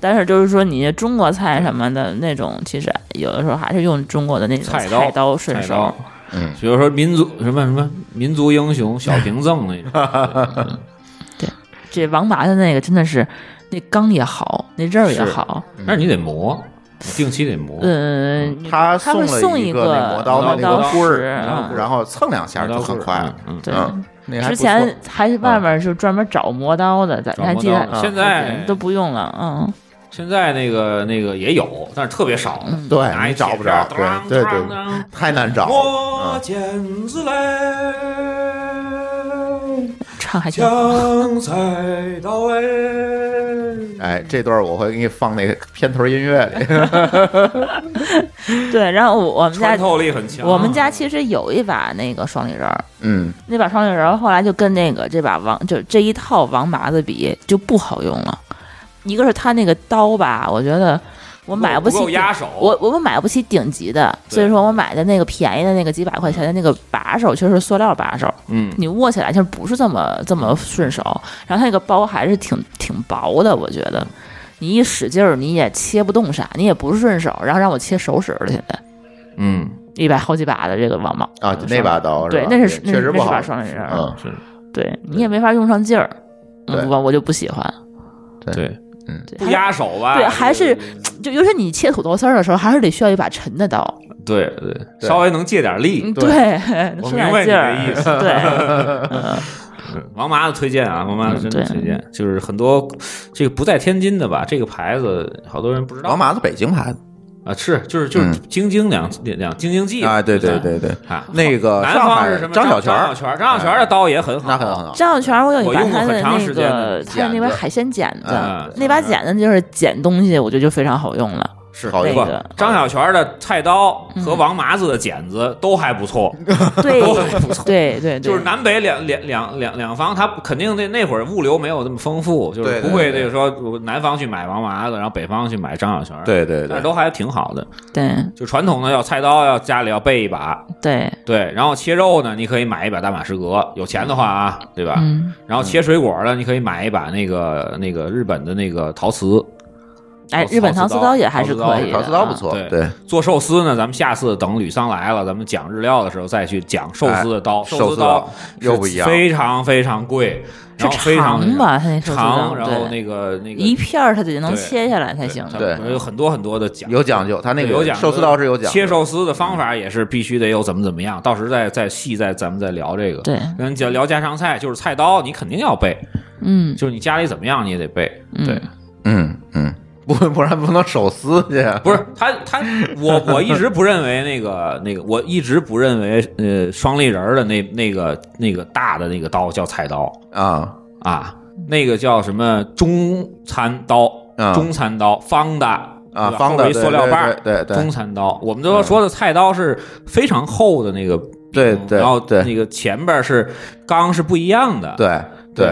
Speaker 4: 但是就是说你中国菜什么的那种，其实有的时候还是用中国的那种
Speaker 5: 菜
Speaker 4: 刀
Speaker 5: 刀
Speaker 4: 顺
Speaker 5: 菜
Speaker 4: 手
Speaker 5: 刀。，
Speaker 3: 嗯
Speaker 5: 比如说民族什么什么民族英雄小平赠那种，
Speaker 4: 这王麻的那个真的是，那刚也好，那刃儿也
Speaker 3: 是
Speaker 4: 好，
Speaker 5: 但是你得磨，定期得磨。
Speaker 4: 嗯，
Speaker 3: 他
Speaker 4: 他
Speaker 3: 送
Speaker 4: 会
Speaker 3: 了
Speaker 4: 送
Speaker 3: 一
Speaker 4: 一
Speaker 3: 个那磨刀的那
Speaker 5: 磨
Speaker 3: 个
Speaker 5: 刀
Speaker 3: 棍
Speaker 4: 石
Speaker 3: 儿，
Speaker 4: 嗯
Speaker 3: 然后蹭两下就很快了。
Speaker 5: 嗯，
Speaker 4: 对。
Speaker 3: 嗯那个还
Speaker 4: 之
Speaker 3: 不错
Speaker 4: 前还是外面就专门找磨刀的，咱
Speaker 5: 找
Speaker 4: 还
Speaker 5: 磨
Speaker 4: 记
Speaker 5: 刀
Speaker 4: 得
Speaker 5: 的现在
Speaker 4: 都不用了，嗯，
Speaker 5: 现在那个那个也有，但是特别少，拿
Speaker 3: 对
Speaker 5: 一
Speaker 3: 你找不
Speaker 5: 铁片
Speaker 3: 着
Speaker 5: 儿，当
Speaker 3: 对对
Speaker 5: 当
Speaker 3: 对，
Speaker 5: 当
Speaker 3: 太难找
Speaker 5: 我
Speaker 3: 了。
Speaker 5: 剪子嘞，
Speaker 4: 唱还挺好。
Speaker 5: 将菜刀哎。
Speaker 3: 嗯哎，这段我会给你放那个片头音乐里。
Speaker 4: 对，然后我我们
Speaker 5: 穿
Speaker 4: 家
Speaker 5: 透力很强。
Speaker 4: 我们家其实有一把那个双立人儿，
Speaker 3: 嗯，
Speaker 4: 那把双立人儿后来就跟那个这把王就这一套王麻子比就不好用了，一个是他那个刀吧，我觉得我买
Speaker 5: 不
Speaker 4: 起
Speaker 5: 够
Speaker 4: 顶
Speaker 5: 压手
Speaker 4: 我我们买不起顶级的，
Speaker 5: 对
Speaker 4: 所以说我买的那个便宜的那个几百块钱的那个把手，其实是塑料把手，
Speaker 5: 嗯，
Speaker 4: 你握起来其实不是这么这么顺手，然后它那个包还是挺挺薄的，我觉得你一使劲儿你也切不动啥，你也不顺手，然后让我切手指了，现在
Speaker 5: 嗯，
Speaker 4: 一百好几把的这个王八
Speaker 3: 啊，那把刀是吧
Speaker 4: 对，那是那
Speaker 3: 确实
Speaker 4: 是
Speaker 3: 不
Speaker 4: 那是
Speaker 3: 好
Speaker 4: 把。双刃刃，
Speaker 3: 嗯，
Speaker 5: 是
Speaker 4: 对你也没法用上劲儿，
Speaker 3: 对
Speaker 4: 嗯我我就不喜欢，
Speaker 5: 对，
Speaker 4: 对
Speaker 5: 不压手吧？
Speaker 4: 对还是就尤其你切土豆丝儿的时候，还是得需要一把沉的刀，
Speaker 5: 对对，稍微能借点力
Speaker 4: 嗯。对，
Speaker 5: 我明
Speaker 4: 使
Speaker 5: 白
Speaker 4: 点
Speaker 5: 你
Speaker 4: 劲儿
Speaker 5: 的意，思。
Speaker 4: 对，
Speaker 5: 王麻子推荐啊，王麻子真的
Speaker 4: 嗯对
Speaker 5: 推荐，就是很多这个不在天津的吧，这个牌子好多人不知道。
Speaker 3: 王麻子北京牌子
Speaker 5: 啊，是就是就是
Speaker 3: 嗯
Speaker 5: 京津两两京津冀
Speaker 3: 啊，对对对对，
Speaker 5: 啊，
Speaker 3: 那个
Speaker 5: 南
Speaker 3: 上
Speaker 5: 方
Speaker 3: 海
Speaker 5: 是什么？
Speaker 3: 张小泉
Speaker 5: 泉，张
Speaker 3: 儿啊
Speaker 5: 小，泉，张小泉的刀也很好，
Speaker 3: 那很很好。
Speaker 4: 张小泉儿我有
Speaker 5: 我
Speaker 4: 一把
Speaker 5: 用过
Speaker 4: 他
Speaker 5: 很
Speaker 4: 的
Speaker 5: 长
Speaker 4: 那
Speaker 5: 时间的
Speaker 4: 个他的那
Speaker 3: 剪
Speaker 4: 把
Speaker 3: 子
Speaker 4: 海鲜剪子
Speaker 5: 嗯，
Speaker 4: 那把剪子就是剪东西，我觉得就非常好用 了。
Speaker 5: 是
Speaker 3: 好
Speaker 4: 那
Speaker 5: 不
Speaker 4: 个嗯
Speaker 5: 张小泉的菜刀和王麻子的剪子都还不错，
Speaker 4: 对
Speaker 5: 都还不错。
Speaker 4: 对对对，
Speaker 5: 就是南北两两两两两方，他肯定那那会儿物流没有这么丰富，就是
Speaker 3: 对对
Speaker 5: 不会
Speaker 3: 对
Speaker 5: 那个说我南方去买王麻子，然后北方去买张小泉，，
Speaker 3: 对对
Speaker 5: 但
Speaker 3: 对
Speaker 4: 啊
Speaker 5: 是，都还挺好的。
Speaker 4: 对
Speaker 5: 就传统的要菜刀，要家里要备一把，
Speaker 4: 对，
Speaker 5: 对，然后切肉呢，你可以买一把大马士革，有钱的话啊，对吧？
Speaker 4: 嗯，
Speaker 5: 然后切水果呢，你可以买一把那个那个日本的那个陶瓷。
Speaker 4: 哎，
Speaker 5: 陶
Speaker 4: 日本
Speaker 5: 陶
Speaker 4: 陶
Speaker 5: 瓷
Speaker 4: 瓷
Speaker 5: 刀
Speaker 4: 刀也还是
Speaker 5: 陶瓷刀
Speaker 4: 可以的，
Speaker 3: 陶瓷刀不
Speaker 5: 啊
Speaker 3: 错
Speaker 5: 对，
Speaker 3: 对，
Speaker 5: 做寿司呢，咱们下次等吕桑来了，咱们讲日料的时候再去讲寿司的刀。
Speaker 3: 哎
Speaker 5: 寿
Speaker 3: 寿司
Speaker 5: 刀
Speaker 3: 刀
Speaker 5: 是
Speaker 3: 又不一样
Speaker 5: 非常非常贵，
Speaker 4: 是
Speaker 5: 然后非常
Speaker 4: 长吧？它那寿司
Speaker 5: 长，
Speaker 4: 刀
Speaker 5: 然后
Speaker 4: 对
Speaker 5: 那个那个
Speaker 4: 一片儿它得能
Speaker 5: 对
Speaker 4: 切下来才行
Speaker 5: 咱
Speaker 4: 的。
Speaker 3: 对
Speaker 5: 们有很多很多的讲
Speaker 3: 有讲究，他那
Speaker 5: 有
Speaker 3: 个
Speaker 5: 讲究
Speaker 3: 寿司刀是有讲
Speaker 5: 切
Speaker 3: 究。
Speaker 5: 寿司的方法也是必须得有怎么怎么样，到时再再细再咱们再聊这个。
Speaker 4: 对
Speaker 5: 跟讲聊家常菜就是菜刀，你肯定要备，
Speaker 4: 嗯，
Speaker 5: 就是你家里怎么样你也得备。
Speaker 4: 嗯
Speaker 5: 对，
Speaker 3: 嗯嗯，不不然不能手撕去。
Speaker 5: 不是他他我我一直不认为那个那个我一直不认为呃双立人儿的那那个那个大的那个刀叫菜刀
Speaker 3: 啊，
Speaker 5: 啊，那个叫什么中餐刀
Speaker 3: 啊
Speaker 5: 中餐刀方的
Speaker 3: 啊
Speaker 5: 对吧
Speaker 3: 方的
Speaker 5: 后边一塑料
Speaker 3: 对对
Speaker 5: 瓣儿
Speaker 3: 对对对
Speaker 5: 中餐刀，我们都说的菜刀是非常厚的那个。
Speaker 3: 嗯
Speaker 5: 嗯
Speaker 3: 对对
Speaker 5: 然后
Speaker 3: 对
Speaker 5: 那个前边是钢是不一样的，
Speaker 3: 对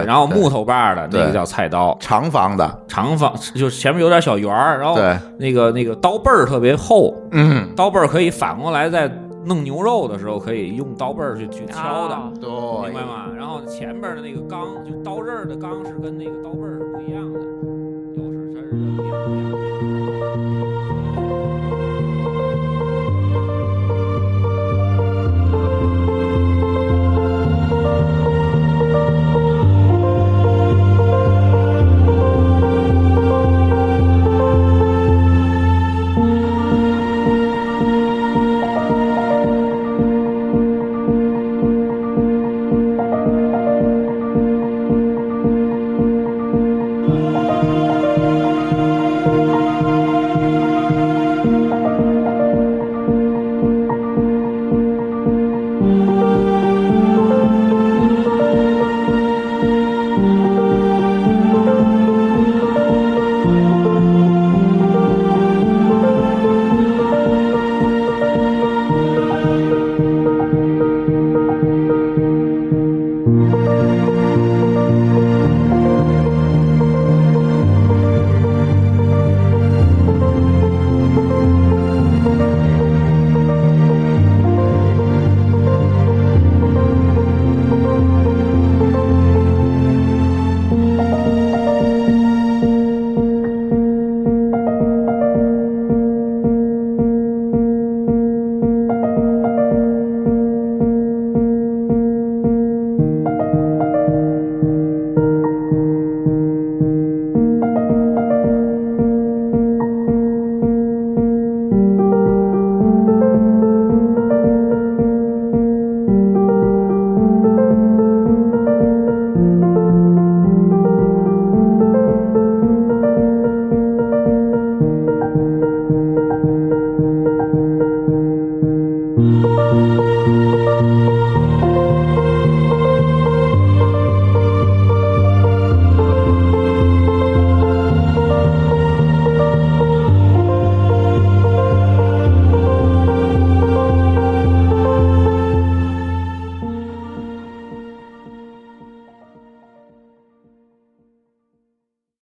Speaker 5: 然后木
Speaker 3: 头
Speaker 5: 头把儿的那个
Speaker 3: 对
Speaker 5: 叫菜刀，
Speaker 3: 长方的，
Speaker 5: 长方就是前面有点小圆儿，然后
Speaker 3: 对
Speaker 5: 那个那个刀背儿特别厚，
Speaker 3: 嗯，
Speaker 5: 刀背儿可以反过来，在弄牛肉的时候可以用刀背儿去去敲的，
Speaker 4: 哦
Speaker 3: 对，
Speaker 5: 明白吗？然后前边的那个钢，就刀刃儿的钢是跟那个刀背儿是不一样的，有时它是一定不一样。